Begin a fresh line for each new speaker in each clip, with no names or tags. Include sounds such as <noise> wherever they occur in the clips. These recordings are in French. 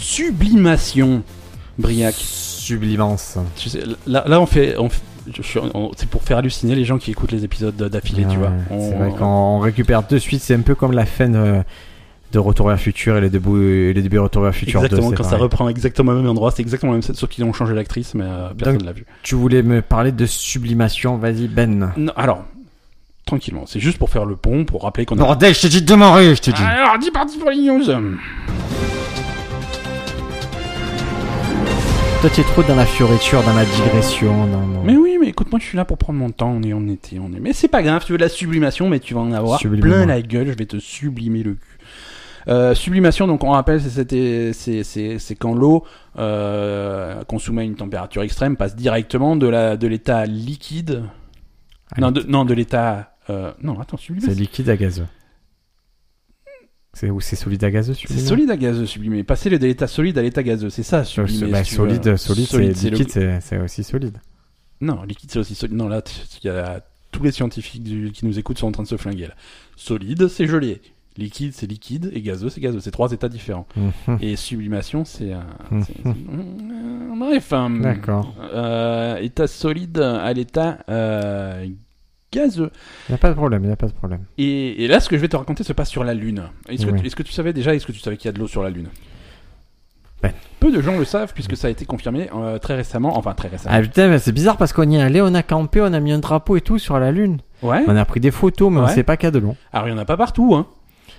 sublimation, Briac.
Sublimance.
Tu sais, là, là, on fait. on fait- je suis- on- c'est pour faire halluciner les gens qui écoutent les épisodes d'affilée, tu
Ouais,
vois.
C'est
On-
vrai qu'on récupère de suite, c'est un peu comme la fin de, de Retour vers le futur et les débuts, et les débuts de Retour vers le futur. 2,
Exactement,
c'est
quand ça
pareil.
reprend exactement au même endroit, c'est exactement la même scène, sauf qu'ils ont changé l'actrice, mais euh, personne ne l'a vu.
Tu voulais me parler de sublimation, vas-y Ben.
Non, alors, tranquillement, c'est juste pour faire le pont, pour rappeler qu'on a
Bordel, je t'ai dit de démarrer, je t'ai dit.
Alors, dis parti pour les news.
Toi, t'es trop dans la fioriture, dans la digression. Dans, dans-
Mais oui, mais écoute, moi je suis là pour prendre mon temps, on est en été, on est. Mais c'est pas grave, tu veux de la sublimation, mais tu vas en avoir
Sublime-moi.
plein la gueule, je vais te sublimer le cul. Euh, sublimation, donc on rappelle, c'est- c'était- c'est c'est- c'est quand l'eau euh, consommée à une température extrême passe directement de la- de l'état de liquide.
Ah,
non, de, non, de l'état. euh, non, attends, sublimation.
C'est liquide à gazeux. C'est ou c'est solide à gazeux
C'est
sublimé
solide à gazeux sublimé. Passer de l'état solide à l'état gazeux, c'est ça
Sol-
sublimé.
bah,
si tu veux. euh,
solide, solide, c'est
le-
liquide, c'est- c'est aussi solide.
Non, liquide, c'est aussi solide. Non, là, t- il y a- tous les scientifiques du- qui nous écoutent sont en train de se flinguer. là. Solide, c'est gelé. Liquide, c'est liquide. Et gazeux, c'est gazeux. C'est trois états différents.
<laughs> Mhm.
Et sublimation, c'est. un-
Mhm.
c'est- c'est- Bref. hein.
D'accord.
Euh, état solide à l'état euh, gazeux.
Il n'y a pas de problème, il n'y a pas de problème.
Et, et là, ce que je vais te raconter se passe sur la Lune. Est-ce que,
Oui.
tu- est-ce que tu savais déjà, est-ce que tu savais qu'il y a de l'eau sur la Lune
Ben.
Peu de gens le savent, puisque ça a été confirmé euh, très récemment. Enfin, très récemment.
Ah putain, mais c'est bizarre parce qu'on y est allé, on a campé, on a mis un drapeau et tout sur la lune.
Ouais.
On a pris des photos, mais on
Hmm. Ouais.
sait pas qu'il y a de l'eau.
Alors, il n'y en a pas partout, hein.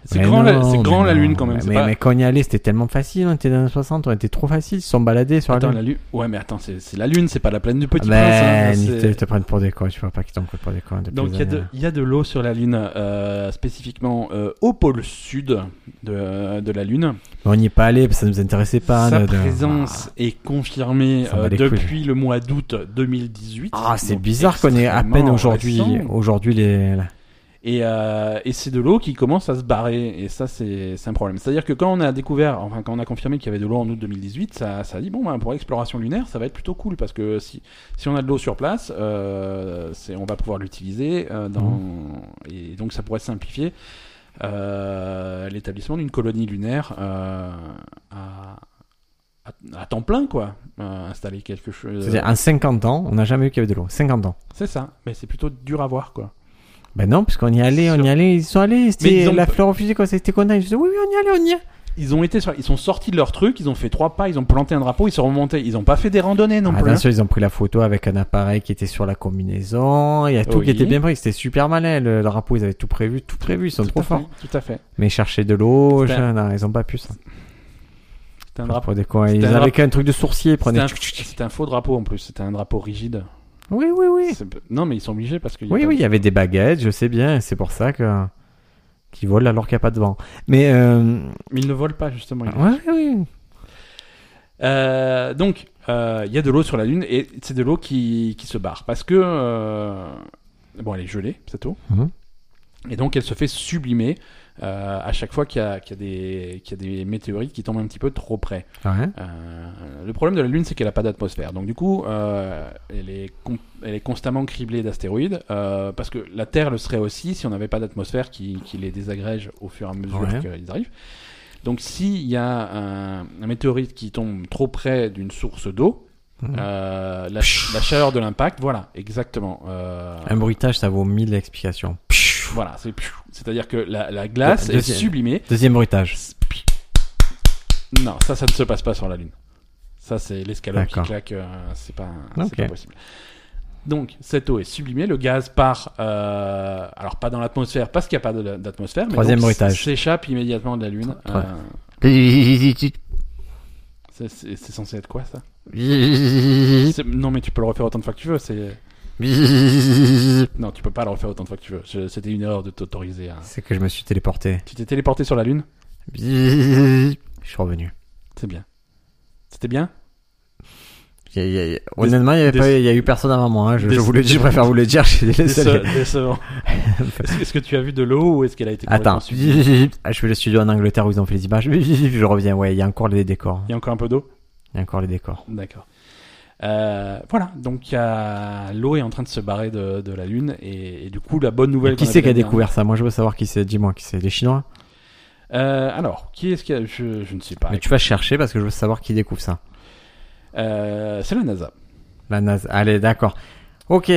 C'est
Mais
grand, la,
non,
c'est
mais
grand la
non.
Lune quand même.
Mais,
c'est pas...
mais quand on y allait, c'était tellement facile, on était dans les 60, on était trop facile, ils se sont baladés sur
Attends,
la lune.
la Lune. Ouais, mais attends, c'est, c'est la Lune, c'est pas la plaine du Petit
ben,
Prince. hein,
ils
c'est-
te, te prennent pour des cons, tu vois pas qu'ils t'en prennent pour des cons. depuis
Donc,
des
il y, a de,
années.
il y a de l'eau sur la Lune, euh, spécifiquement euh, au pôle sud de, de la Lune.
Mais on n'y est pas allé, parce que ça nous intéressait pas.
Sa
de- de-
présence est confirmée
Ça
euh,
va les couilles.
depuis le mois d'août 2018.
Ah, c'est
Donc,
bizarre qu'on ait à peine
extrêmement
aujourd'hui,
récent.
aujourd'hui les. la-
Et, euh, et c'est de l'eau qui commence à se barrer. Et ça, c'est c'est un problème. C'est-à-dire que quand on a découvert, enfin, quand on a confirmé qu'il y avait de l'eau en août 2018, ça, ça a dit, bon, ben, pour l'exploration lunaire, ça va être plutôt cool. Parce que si, si on a de l'eau sur place, euh, c'est- on va pouvoir l'utiliser. euh, dans- Et donc, ça pourrait simplifier euh, l'établissement d'une colonie lunaire euh, à, à- à temps plein, quoi. Euh, installer quelque chose.
C'est-à-dire, en 50 ans, on n'a jamais vu qu'il y avait de l'eau. 50 ans.
C'est ça. Mais c'est plutôt dur à voir, quoi.
Ben non, parce qu'on y allait, on
Sur-
y allait, ils sont allés,
Mais ils
c'était
ont-
la fleur au fusil, quand c'était content, ils disaient oui, oui, on y allait, on y est.
Ils ont été sur- ils sont sortis de leur truc, ils ont fait trois pas, ils ont planté un drapeau, ils sont remontés. Ils ont pas fait des randonnées non
Ah,
plus.
bien
hein.
sûr, ils ont pris la photo avec un appareil qui était sur la combinaison, il y a tout
Oui.
qui était bien pris, c'était super malin, le drapeau, ils avaient tout prévu, tout prévu, ils sont
Tout
trop
à fait,
forts.
Tout à fait.
Mais chercher de l'eau,
C'était
je- non, ils ont pas pu ça.
C'était un
Pour
drapeau.
des cons.
C'était
Ils
un
avaient
drapeau-
qu'un truc de sourcier, ils
C'était
prenaient.
un, c'était un faux drapeau en plus, c'était un drapeau rigide.
Oui, oui, oui.
C'est- Non mais ils sont obligés parce que.
Oui, oui, il y avait des baguettes, je sais bien, c'est pour ça que qu'ils volent alors qu'il n'y a pas de vent. Mais euh...
Ils ne volent pas justement. ils-
Ah ouais, oui.
Euh, donc euh, il y a de l'eau sur la lune et c'est de l'eau qui, qui se barre parce que euh, bon elle est gelée cette eau
Mhm.
et donc elle se fait sublimer euh, à chaque fois qu'il y, a- qu'il y a des- qu'il y a des météorites qui tombent un petit peu trop près.
Ouais.
Euh, le problème de la Lune, c'est qu'elle n'a pas d'atmosphère. Donc, du coup, euh, elle, est con- elle est constamment criblée d'astéroïdes, euh, parce que la Terre le serait aussi si on n'avait pas d'atmosphère qui, qui les désagrège au fur et à mesure
Ouais.
qu'ils arrivent. Donc, s'il y a un, un météorite qui tombe trop près d'une source d'eau,
Mhm.
euh, la, la chaleur de l'impact, voilà, exactement. Euh,
Un bruitage, ça vaut mille explications.
voilà, c'est- c'est-à-dire que la, la glace
De-
est
deuxième.
sublimée.
Deuxième bruitage.
Non, ça, ça ne se passe pas sur la Lune. Ça, c'est l'escalade qui
D'accord.
claque. euh, c'est pas,
Ok.
c'est pas possible. Donc, cette eau est sublimée. Le gaz part, euh, alors pas dans l'atmosphère, parce qu'il n'y a pas de- d'atmosphère, mais
Troisième
donc
bruitage.
s'échappe immédiatement de la Lune.
Ouais.
Euh, c'est- c'est c'est censé être quoi ça C'est- Non, mais tu peux le refaire autant de fois que tu veux. C'est non, tu peux pas le refaire autant de fois que tu veux. Je- C'était une erreur de t'autoriser. à-
C'est que je me suis téléporté.
Tu t'es téléporté sur la Lune.
Je suis revenu.
C'est bien. C'était bien.
Y a- y a- y a- Honnêtement, il y, avait
des-
pas- y a eu personne avant moi. hein. Je,
des-
je vous le dis, je préfère vous le dire. <laughs> Je suis
Déce-
désolé. <laughs>
Décevant. Est-ce que- est-ce que tu as vu de l'eau ou est-ce qu'elle a été complètement
Attends, Ah,
sublimée
je fais le studio en Angleterre où ils ont fait les images. Je reviens, ouais, il y a encore les décors.
Il y a encore un peu d'eau.
Il y a encore les décors.
D'accord. Euh, voilà, donc il y a- l'eau est en train de se barrer de, de la Lune et, et du coup la bonne nouvelle.
qui
qu'on hein.
c'est qui a
avait-
découvert ça Moi, je veux savoir qui c'est. Dis-moi qui c'est. Les Chinois
Euh, alors, qui est-ce qu'il y a je, je ne sais pas.
Mais tu vas chercher parce que je veux savoir qui découvre ça.
Euh, c'est la NASA.
La NASA. Allez, d'accord. Ok.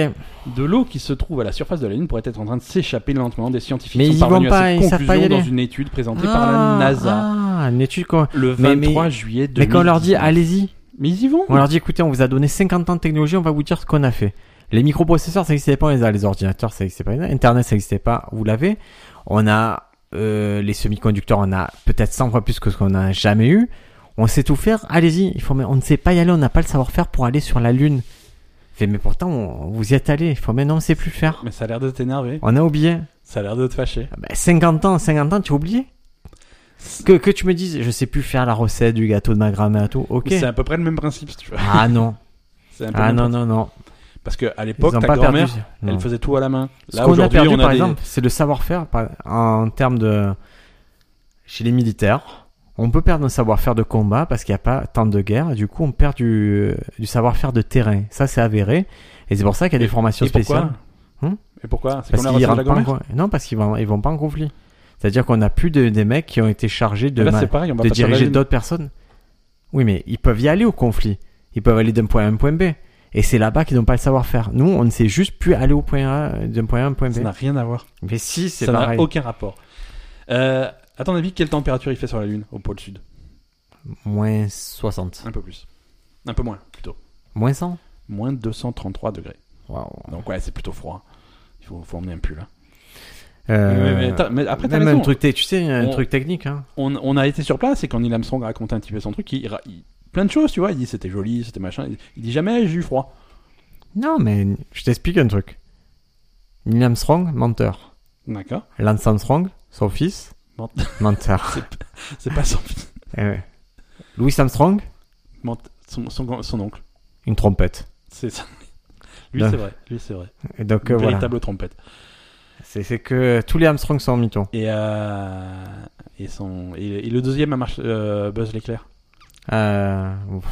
De l'eau qui se trouve à la surface de la Lune pourrait être en train de s'échapper lentement. Des scientifiques
Mais ils
sont
y
parvenus
vont pas,
à cette
ils savent
conclusion
pas y aller.
dans une étude présentée par la
Ah,
NASA
Ah, une étude quoi.
le
Mais-
23
mais-
juillet 2019.
Mais quand on leur dit allez-y,
Mais ils y vont
on leur dit écoutez, on vous a donné 50 ans de technologie, on va vous dire ce qu'on a fait. Les microprocesseurs, ça n'existait pas, on les a. Les ordinateurs, ça n'existait pas, on les a. Internet, ça n'existait pas, vous l'avez. On a euh, les semi-conducteurs, on a peut-être 100 fois plus que ce qu'on n'a jamais eu. On sait tout faire, allez-y. Il faut, mais on ne sait pas y aller, on n'a pas le savoir-faire pour aller sur la Lune. Fait, mais pourtant, on- vous y êtes allé. Il faut, mais non, on ne sait plus faire.
Mais ça a l'air de t'énerver.
On a oublié.
Ça a l'air de te fâcher.
Ah bah, 50 ans, 50 ans, tu as oublié que, que tu me dises, je sais plus faire la recette du gâteau de ma grand-mère et tout, ok.
Mais C'est à peu près le même principe, si tu veux.
Ah non,
C'est un peu
ah
le même
non, non, non.
principe. Parce qu'à
Ils ont
l'époque,
pas
ta
perdu.
grand-mère,
Non.
elle faisait tout à la main.
Ce
Là,
qu'on a
aujourd'hui,
perdu,
on a
par
des-
exemple, c'est le savoir-faire par- en termes de. chez les militaires. On peut perdre un savoir-faire de combat parce qu'il n'y a pas tant de guerre. Du coup, on perd du, euh, du savoir-faire de terrain. Ça, c'est avéré. Et c'est pour ça qu'il y a des formations
Et pourquoi
spéciales. Hum
Et pourquoi C'est qu'on
Parce
la
qu'ils
recette de la
rentrent pas en
grand-mère
con- Non, parce qu'ils vont, ils vont pas en conflit. C'est-à-dire qu'on n'a plus de- des mecs qui ont été chargés de,
Et Là,
ma-
c'est pareil, on va
Bah, de
pas sur la
diriger
Lune.
d'autres personnes. Oui, mais ils peuvent y aller au conflit. Ils peuvent aller d'un point A à un point B. Et c'est là-bas qu'ils n'ont pas le savoir-faire. Nous, on ne sait juste plus aller au point A, d'un point A à un point B.
Ça n'a rien à voir.
Mais si, c'est
Ça n'a
pareil.
aucun rapport. Euh, à ton avis, quelle température il fait sur la Lune au pôle sud
Moins 60.
Un peu plus. Un peu moins, plutôt.
Moins 100
Moins 233 degrés.
Waouh.
Donc, ouais, c'est plutôt froid. Il faut, faut emmener un pull. hein.
Euh,
Mais, mais t'as- mais après, t'as
même un
raison.
truc, te- tu sais, un
On-
truc technique. Hein.
On, on a été sur place et quand Neil Armstrong raconte un petit peu son truc, il, ra- il- plein de choses, tu vois. Il dit c'était joli, c'était machin. Il, il dit jamais j'ai eu froid.
Non, mais je t'explique un truc. Neil Armstrong, menteur.
D'accord.
Lance Armstrong, son fils,
Ment-
<laughs> menteur.
C'est pas son, <laughs>
Eh ouais. Louis Armstrong,
ment- son, son, son oncle.
une trompette.
C'est ça. Lui,
Non.
c'est vrai. Lui, c'est vrai.
Et donc euh,
Une
voilà.
véritable trompette.
C'est c'est que tous les Armstrong sont en mythos.
Et, euh, et, son, et, et le deuxième à marche, euh, Buzz l'éclair.
Euh, ouf.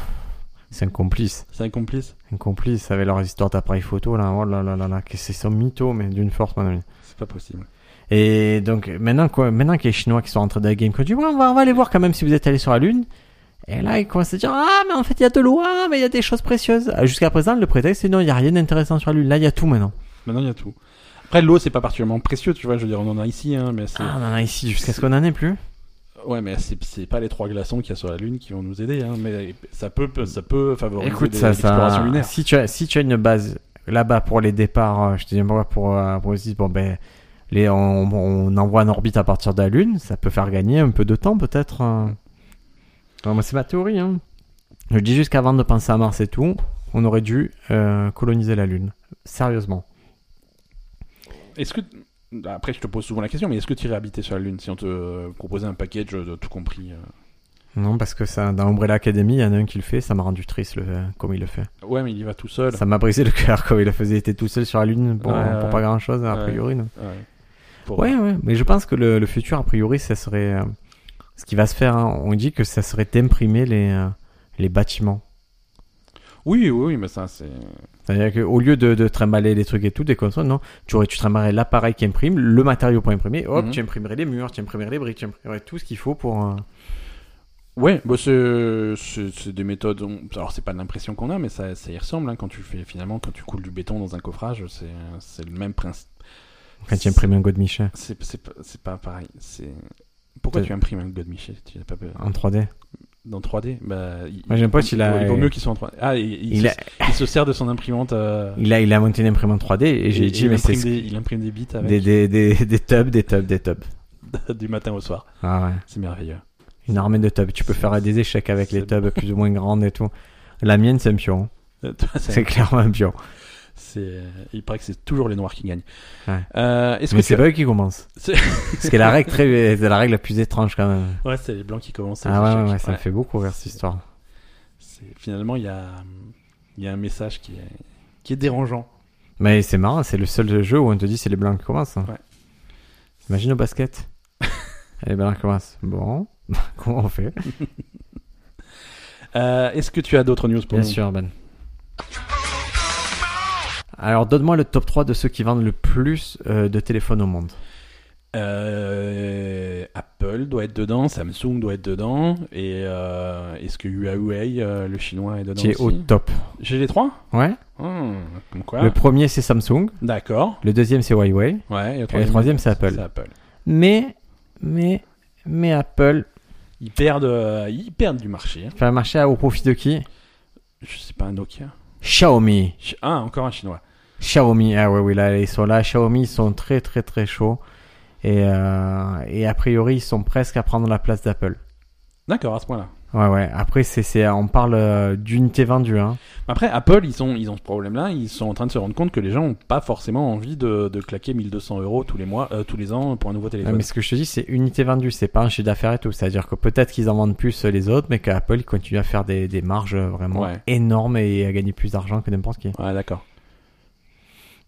C'est un complice.
C'est un complice.
Un complice avec leur histoire d'appareil photo là. Oh là là là là. que C'est son mytho, mais d'une force, mon ami.
C'est pas possible.
Et donc maintenant quoi, maintenant qu'il y a les Chinois qui sont rentrés dans la game, qu'on dit ouais, on va, on va aller voir quand même si vous êtes allé sur la Lune. Et là ils commencent à dire ah mais en fait il y a de l'eau, ah, mais il y a des choses précieuses. Ah, Jusqu'à présent le prétexte c'est non il y a rien d'intéressant sur la Lune. Là il y a tout maintenant.
Maintenant, il y a tout. Après, l'eau, c'est pas particulièrement précieux, tu vois. Je veux dire, on en a ici, hein, mais c'est.
Ah on en a ici jusqu'à ce qu'on en ait plus.
Ouais, mais c'est c'est pas les trois glaçons qu'il y a sur la Lune qui vont nous aider, hein, mais ça peut, ça peut favoriser
Écoute
des-
ça
l'exploration
ça.
lunaire.
Si tu as si tu as une base là-bas pour les départs, euh, je te dis moi pour euh, pour aussi bon ben les on, on envoie en orbite à partir de la Lune, ça peut faire gagner un peu de temps peut-être. euh. Non, moi, c'est ma théorie. Hein. Je dis juste qu'avant de penser à Mars et tout, on aurait dû euh, coloniser la Lune. Sérieusement.
Est-ce que. Après, je te pose souvent la question, mais est-ce que tu irais habiter sur la Lune si on te euh, proposait un package de tout compris euh
Non, parce que ça, dans Umbrella Academy, il y en a un qui le fait, ça m'a rendu triste le, euh, comme il le fait.
Ouais, mais il y va tout seul.
Ça m'a brisé le <laughs> cœur comme il le faisait, il était tout seul sur la Lune pour,
Ouais,
pour
ouais.
pas grand chose, a
Ouais.
priori. non.
Ouais. Pour-
Ouais, ouais, mais je pense que le, le futur, a priori, ça serait. euh, ce qui va se faire, hein, on dit que ça serait d'imprimer les, euh, les bâtiments.
Oui, oui, oui, mais ça, c'est.
C'est-à-dire qu'au lieu de, de trimballer les trucs et tout, des comme ça, non, tu, aurais, tu trimballerais l'appareil qui imprime, le matériau pour imprimer, hop,
Mhm.
tu imprimerais les murs, tu imprimerais les briques, tu imprimerais tout ce qu'il faut pour. euh,
Ouais, bah c'est c'est- c'est des méthodes. on- Alors, c'est pas l'impression qu'on a, mais ça, ça y ressemble. hein, quand tu fais, finalement, quand tu coules du béton dans un coffrage, c'est c'est le même principe.
quand tu imprimes un God Michel
C'est c'est pas, c'est pas pareil. C'est pourquoi
Peut-
tu imprimes un God Michel Tu n'as pas peur
en 3D.
dans 3D Bah, il,
Moi, j'ai un pote, il a-
il vaut mieux qu'il soit en 3D. Ah, il, il
Il
se,
a,
il se sert de son imprimante. euh,
il, a, il a monté une imprimante 3D et j'ai
il-
dit,
il
mais c'est.
imprime des, il imprime des bits avec
Des, des, des, des tubs, des tubs, des tubs.
<laughs> du matin au soir.
Ah ouais.
C'est merveilleux.
Une armée de tubs. Tu peux
C'est-
faire des échecs avec les
c'est
tubs plus ou moins grandes et tout. La mienne, c'est un pion.
Euh, toi, <laughs> c'est-
C'est clairement un pion.
c'est- euh, il paraît que c'est toujours les noirs qui gagnent.
Ouais.
Euh, Est-ce que
Mais c'est
tu-
pas eux qui commencent.
C'est-
Parce que la règle, très, c'est la règle la plus étrange quand même.
Ouais, c'est les blancs qui commencent.
Ah
les
ouais, ouais,
échecs.
ouais, ça me
Ouais.
fait beaucoup rire cette histoire.
C'est- Finalement, il y a, hum, il y a un message qui est, qui est dérangeant.
Mais c'est marrant, c'est le seul jeu où on te dit c'est les blancs qui commencent. hein.
Ouais.
Imagine au <laughs> basket. les blancs commencent. Bon, <laughs> comment on fait
Euh, Est-ce que tu as d'autres news pour
Bien
nous
sûr, Ben. Alors donne-moi le top 3 de ceux Bah, qui vendent le plus euh, de téléphones au monde.
Euh, Apple, doit être dedans, Samsung doit être dedans, et euh, est-ce que Huawei, euh, le chinois, est dedans
Tu es au
aussi
top.
J'ai les trois
Ouais.
Hmm, Comme quoi
Le premier, c'est Samsung.
D'accord.
Le deuxième, c'est Huawei.
Ouais, et le
Et le
troisième,
troisième, c'est
c'est
Apple.
Apple.
Mais, mais, mais Apple
Ils perdent, euh, ils perdent du marché. hein.
fait un marché au profit de qui
Je sais pas, un Nokia.
Xiaomi.
Chi- Ah, encore un chinois.
Xiaomi, ah ouais, oui, là, ils sont là. Xiaomi, ils sont très, très, très chauds. Et, euh, et a priori, ils sont presque à prendre la place d'Apple.
D'accord, à ce point-là.
Ouais, ouais. Après, c'est, c'est, on parle euh, d'unité vendue, hein.
Après, Apple, ils, ont ils ont ce problème-là. Ils sont en train de se rendre compte que les gens n'ont pas forcément envie de, de claquer 1200 euros tous les mois, euh, tous les ans pour un nouveau
Ouais,
téléphone.
Ah, mais ce que je te dis, c'est unité vendue, c'est pas un chiffre d'affaires et tout. C'est-à-dire que peut-être qu'ils en vendent plus euh, les autres, mais qu'Apple ils continuent à faire des, des marges euh, vraiment
Ouais.
énormes et à gagner plus d'argent que n'importe qui.
Ouais, d'accord.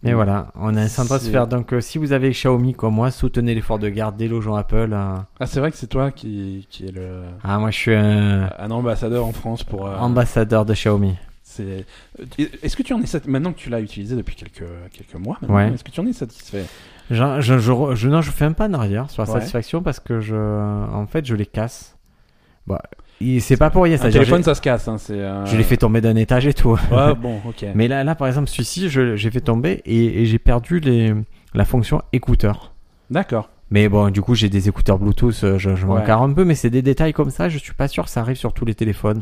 Mais voilà, on a un train de se
Mm. C'est-
faire. Donc euh, si vous avez Xiaomi comme moi, soutenez l'effort de garde, délogeons Apple. euh.
Ah, c'est vrai que c'est toi qui, qui est le,
Ah, moi je suis un
un ambassadeur en France pour. euh,
ambassadeur de Xiaomi.
c'est- euh, Est-ce que tu en es sat- maintenant que tu l'as utilisé depuis quelques, quelques mois maintenant,
Ouais.
Est-ce que tu en es satisfait
Je, je, je, re- je- non, je fais un pas en arrière sur la
Ouais.
satisfaction parce que je, en fait, je les casse. Bah, il- c'est pas pour rien,
Un
c'est-à-dire
téléphone,
je,
ça se casse. Hein, c'est. euh,
je les fais tomber d'un étage et tout.
Ouais, bon, ok.
<laughs> Mais là, là, par exemple, celui-ci, je- j'ai fait tomber et, et j'ai perdu les, la fonction écouteur.
D'accord.
Mais bon, du coup, j'ai des écouteurs Bluetooth, euh, je, je m'en
Ouais.
carre un peu, mais c'est des détails comme ça, je suis pas sûr que ça arrive sur tous les téléphones.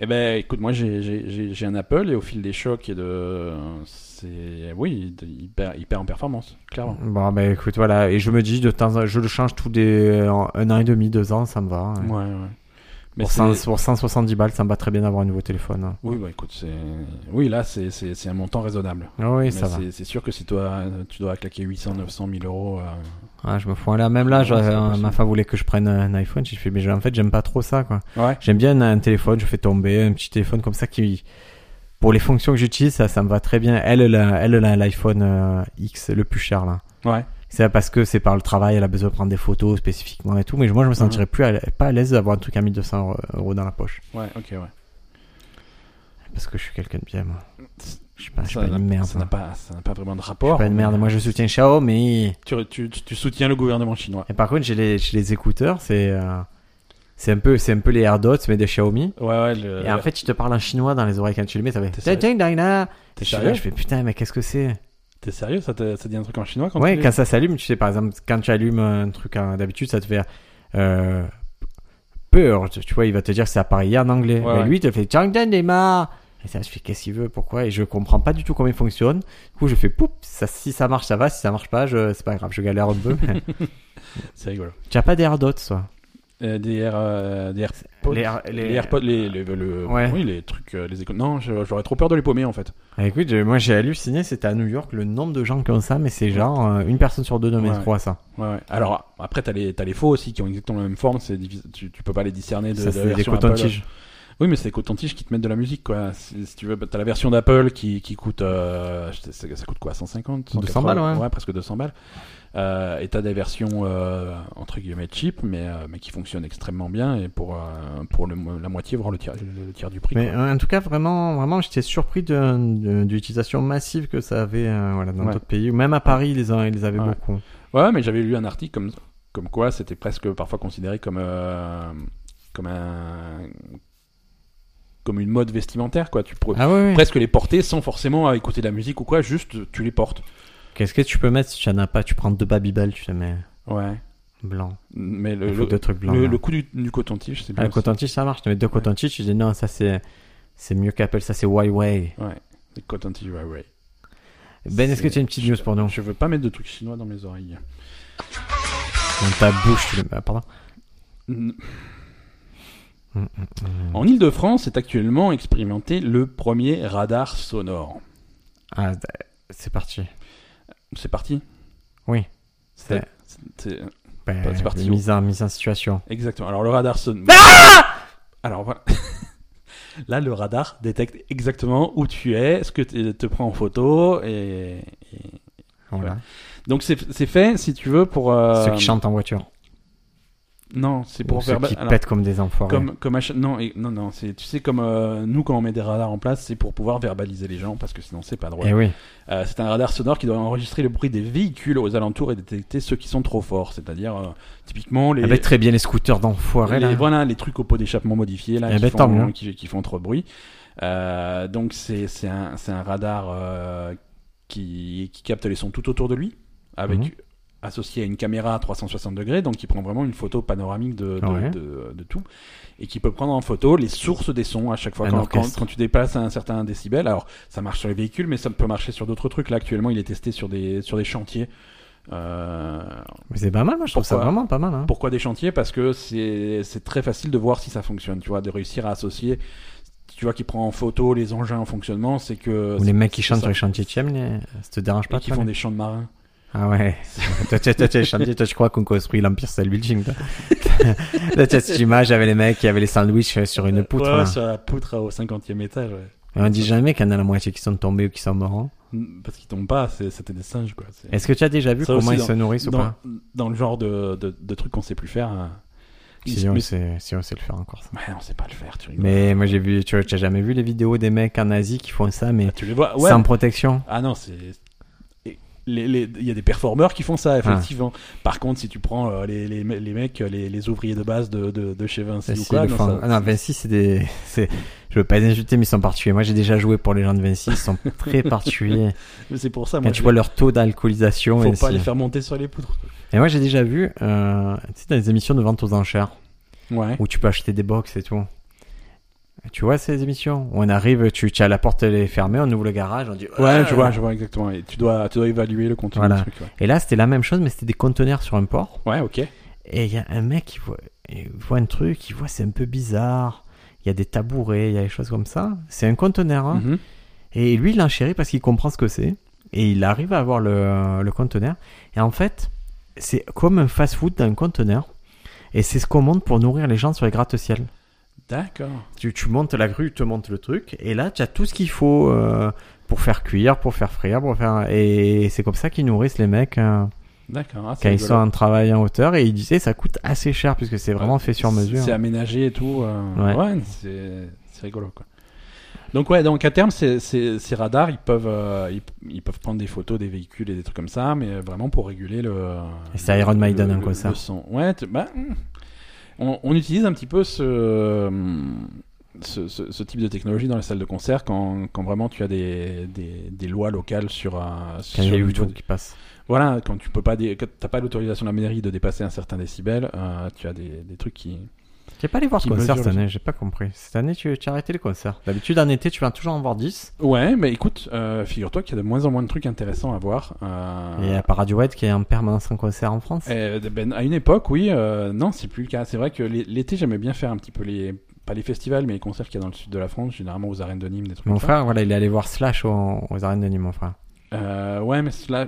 Eh ben, écoute, moi, j'ai- j'ai j'ai- j'ai un Apple et au fil des chocs et de, c'est, oui, de- il perd, il perd en performance, clairement.
Bon, bah écoute, voilà, et je me dis, de temps en je le change tous les en un an et demi, deux ans, ça me va. hein.
Ouais, ouais. Mais
Pour,
c'est-
100 pour 170 balles, ça me va très bien d'avoir un nouveau téléphone. hein.
oui, bah écoute, c'est, oui, là, c'est- c'est c'est un montant raisonnable.
Ah oui,
Mais
ça va.
c'est- C'est sûr que si toi, tu dois claquer 800, 900, 1000 euros. euh,
Ah, je me fous. Là, même là,
Ouais,
j'aurais-
c'est pas
euh, ma
possible.
femme voulait que je prenne un iPhone. J'ai fait, mais j'ai- en fait, j'aime pas trop ça, quoi.
Ouais.
J'aime bien un téléphone, je fais tomber un petit téléphone comme ça qui, pour les fonctions que j'utilise, ça, ça me va très bien. Elle, elle a, elle, elle a l'iPhone euh, X, le plus cher là.
Ouais.
C'est parce que c'est par le travail, elle a besoin de prendre des photos spécifiquement et tout. Mais moi,
Mhm.
je me sentirais plus à l'a- pas à l'aise d'avoir un truc à 1200 euros- euros dans la poche.
Ouais, ok, ouais.
Parce que je suis quelqu'un de bien, moi. Je suis pas, je suis
Ça
pas
n'a-
une merde.
Ça n'a
moi.
pas, ça n'a pas vraiment de
Je suis
rapport.
pas une merde. Moi, je soutiens Xiaomi.
Tu, tu, tu- tu soutiens le gouvernement chinois.
Et par contre, j'ai les, j'ai les écouteurs, c'est, euh, c'est un peu, c'est un peu les AirDots, mais des Xiaomi.
Ouais, ouais. le-
Et en fait, tu te parles en chinois dans les oreilles quand tu les mets, ça va.
Euh, T'es
Ding, ding, ding, là.
t'es
Je suis
sérieux
là, je fais putain, mais qu'est-ce que c'est
T'es sérieux ça, te- ça dit un truc en chinois quand
Ouais,
tu-
quand ça s'allume, tu sais, par exemple, quand tu allumes un truc hein, d'habitude, ça te fait euh, peur. Tu tu vois, il va te dire que c'est appareillé en anglais.
Ouais,
mais
ouais.
lui, il te fait Chang Dan Dema. Et ça, je fais qu'est-ce qu'il veut, pourquoi Et je comprends pas du tout comment il fonctionne. Du coup, je fais poup, ça, si ça marche, ça va, si ça marche pas, je, c'est pas grave, je galère
<laughs>
un peu. mais-
C'est rigolo.
tu as pas d'AirDots, toi
Euh, des, Air- euh, des AirPods.
Les Air-
Les,
les-
AirPods, les, les- le-
euh, Ouais.
oui, les trucs, euh, les écoles. Non, je- j'aurais trop peur de les paumer en fait.
Ah, écoute, j'ai- moi j'ai halluciné, c'était à New York, le nombre de gens qui ont ça, mais c'est genre euh, une personne sur deux ne met
Ouais.
trois, ça.
Ouais, ouais. Alors après, t'as les, t'as les faux aussi qui ont exactement la même forme. C'est difficile- tu, tu peux pas les discerner de,
Ça,
de la
c'est des
version Apple.
cotons-tiges.
Oui, mais c'est les cotons-tiges qui te mettent de la musique quoi. Si, si tu veux, bah, t'as la version d'Apple qui, qui coûte, euh, je sais- ça, ça coûte quoi, 150,
200
180,
balles, ouais.
presque 200 balles. Euh, et t'as des versions euh, entre guillemets cheap, mais euh, mais qui fonctionnent extrêmement bien et pour euh, pour le mo- la moitié voire le tiers le tiers du prix.
Mais
quoi.
euh, en tout cas, vraiment, vraiment, j'étais surpris de, de- de l'utilisation massive que ça avait euh, voilà, dans
Ouais.
d'autres pays. Même à Paris, ils, en- ils avaient
Ouais.
beaucoup.
Ouais, mais j'avais lu un article comme, comme quoi c'était presque parfois considéré comme, euh, comme, un, comme une mode vestimentaire, quoi. Tu pourrais
Ah ouais, ouais.
presque les porter sans forcément euh, écouter de la musique ou quoi, juste tu les portes.
Qu'est-ce que tu peux mettre si tu n'en as pas Tu prends deux Babybel, tu les mets
Ouais.
blanc.
Mais le,
Il faut
le,
deux trucs blancs.
le,
là.
le coup du, du coton-tige, c'est
Ah,
bien.
le coton-tige, ça marche. Tu mets deux coton-tiges, tu dis non, ça c'est. C'est mieux qu'Apple, ça c'est Huawei.
aussi. Ouais. Le coton-tige, ouais, ouais.
Ben, est-ce que
C'est-
tu as une petite news pour nous
Je veux pas mettre de trucs chinois dans mes oreilles.
Dans ta bouche, tu le... ah, pardon.
N-
Mm, mm,
En Ile-de-France est actuellement expérimenté le premier radar sonore.
Ah, c'est parti.
C'est parti
Oui.
C'est- c'est-
Ben,
C'est parti.
Mise en, mise en situation.
Exactement. Alors le radar sonne.
Ah
Alors voilà. <laughs> Là, le radar détecte exactement où tu es, ce que tu te prends en photo. Et, et-
Voilà.
Donc c'est c'est fait, si tu veux, pour... euh,
Ceux qui chantent en voiture.
Non, c'est pour
Ou
faire
ceux qui
alors,
pètent comme des enfoirés.
comme comme à chaque- non et- non non c'est tu sais comme euh, nous quand on met des radars en place c'est pour pouvoir verbaliser les gens parce que sinon c'est pas drôle.
Eh oui.
Euh, c'est un radar sonore qui doit enregistrer le bruit des véhicules aux alentours et détecter ceux qui sont trop forts, c'est-à-dire euh, typiquement les
Avec Ah ben, très bien les scooters d'enfoirés,
les,
là.
voilà, les trucs au pot d'échappement modifiés là,
Eh
qui,
ben, tant
font,
mieux.
qui- qui font trop de bruit. Euh, donc c'est c'est un, c'est un radar euh, qui, qui capte les sons tout autour de lui, avec
Mhm.
associé à une caméra à 360 degrés, donc qui prend vraiment une photo panoramique de, de,
Ouais.
de- de tout, et qui peut prendre en photo les sources des sons à chaque fois
Un
quand, quand,
orchestre.
quand tu dépasses un certain décibel. Alors ça marche sur les véhicules, mais ça peut marcher sur d'autres trucs. Là actuellement, il est testé sur des sur des chantiers. Euh,
Mais C'est pas mal, moi, je trouve ça
Pourquoi
vraiment pas mal. Hein.
pourquoi des chantiers Parce que c'est c'est très facile de voir si ça fonctionne, tu vois, de réussir à associer. Tu vois, qui prend en photo les engins en fonctionnement, c'est que.
Ou les mecs qui chantent sur
ça.
les chantiers, tu aimes les... ça te dérange
Et
pas
qui
toi,
font
les-
des chants de marins. <laughs>
Ah ouais. toi, tu toi, tu les chantiers, toi, tu crois qu'on construit l'Empire State Building, toi. <laughs> là, tu as cette image avec les mecs qui avaient les hein. sandwichs sur une poutre,
Ouais,
là.
sur la poutre au 50e étage, ouais.
Et on dit jamais qu'il y en a la moitié qui sont tombés ou qui sont morts. hein.
Mm, Parce qu'ils tombent pas, c'est- c'était des singes, quoi. C'est-
Est-ce que tu as déjà vu
Ça
comment
aussi,
ils
dans-
se nourrissent ou
dans,
pas
dans le genre de, de, de trucs qu'on sait plus faire. hein.
si on,
Mais-
sait, si on sait le faire encore, ça.
Ouais, on sait pas le faire, tu rigoles.
Mais moi, j'ai vu, tu vois, tu as jamais vu les vidéos des mecs en Asie qui font ça, mais
Ah, tu les vois, ouais.
sans protection
Ah non, c'est. et les- les- Il y a des performeurs qui font
Ah.
ça, effectivement. Par contre, si tu prends euh, les, les, me- les mecs, les, les ouvriers de base de, de, de chez Vinci
Ça,
ou
c'est
quoi,
le
non,
fin-
ça-
Ah non, Vinci, c'est des. c'est- Je veux pas les insulter, mais ils sont particuliers. Moi, j'ai déjà joué pour les gens de Vinci, ils sont
<laughs>
très particuliers.
Mais c'est pour ça,
Quand
Ah, moi,
tu
je-
vois leur taux d'alcoolisation,
faut
Vinci.
pas les faire monter sur les poutres. quoi.
Et moi, j'ai déjà vu, euh, tu sais, dans les émissions de vente aux enchères,
Ouais.
où tu peux acheter des box et tout. Tu vois ces émissions où on arrive, tu, tu as la porte elle est fermée, on ouvre le garage, on dit.
Ouais, je vois, je vois exactement. Et tu dois, tu dois évaluer le contenu
Voilà.
du truc. Ouais,
Et là, c'était la même chose, mais c'était des conteneurs sur un port.
Ouais, ok.
Et il y a un mec qui voit, il voit un truc, il voit c'est un peu bizarre. Il y a des tabourets, il y a des choses comme ça. C'est un conteneur. hein.
Mhm.
Et lui, il enchérit parce qu'il comprend ce que c'est. Et il arrive à avoir le, le conteneur. Et en fait, c'est comme un fast-food d'un conteneur. Et c'est ce qu'on monte pour nourrir les gens sur les gratte-ciel.
D'accord.
Tu, tu montes la grue, tu montes le truc. Et là, tu as tout ce qu'il faut euh, pour faire cuire, pour faire frire, pour faire... Et c'est comme ça qu'ils nourrissent les mecs euh,
D'accord. Ah, c'est
quand ils
rigolo.
sont en travail en hauteur. Et il disait, ça coûte assez cher puisque c'est vraiment fait sur mesure.
C'est aménagé et tout. euh,
Ouais.
ouais, c'est c'est rigolo quoi. Donc ouais, donc à terme, ces, ces- ces radars, ils peuvent, euh, ils, ils peuvent prendre des photos des véhicules et des trucs comme ça, mais euh, vraiment pour réguler le.
Et c'est Iron
le-
Maiden, hein,
le-
quoi, ça.
le son. Ouais, t- bah, hmm. on, on utilise un petit peu ce, hmm, ce, ce- ce type de technologie dans les salles de concert quand, quand vraiment tu as des, des, des lois locales sur. un
Quand
sur
il y a
le niveau
YouTube
du-
qui passe.
voilà, quand tu peux pas, dé- quand t'as pas l'autorisation de la mairie de dépasser un certain décibel, euh, tu as des, des trucs qui,
J'ai pas allé voir de
Qui
concert
mesure
cette
le-
année, j'ai pas compris. Cette année, tu, tu as arrêté les concerts. D'habitude, en été, tu vas toujours en voir 10.
Ouais, mais écoute, euh, figure-toi qu'il y a de moins en moins de trucs intéressants à voir. euh,
Il n'y a pas Radiohead qui est en permanence en concert en France.
euh, ben, à une époque, oui, euh, non, c'est plus le cas. C'est vrai que l'é- l'été, j'aimais bien faire un petit peu les. Pas les festivals, mais les concerts qu'il y a dans le sud de la France, généralement aux arènes de Nîmes, des trucs
Mon
comme ça.
frère, voilà, il est allé voir Slash aux, aux arènes de Nîmes, mon frère.
Euh, ouais, mais cela.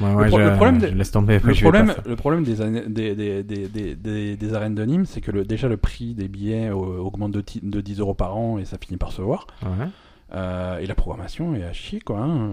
Ouais,
Le
ouais,
pro-
je,
le problème de-
je laisse tomber.
Le
je vais pas
problème,
faire.
le problème des, années- des, des, des, des, des- des arènes de Nîmes, c'est que le, déjà le prix des billets euh, augmente de, ti- de 10 euros par an et ça finit par se voir.
Ouais.
Euh, et la programmation est à chier, quoi. hein.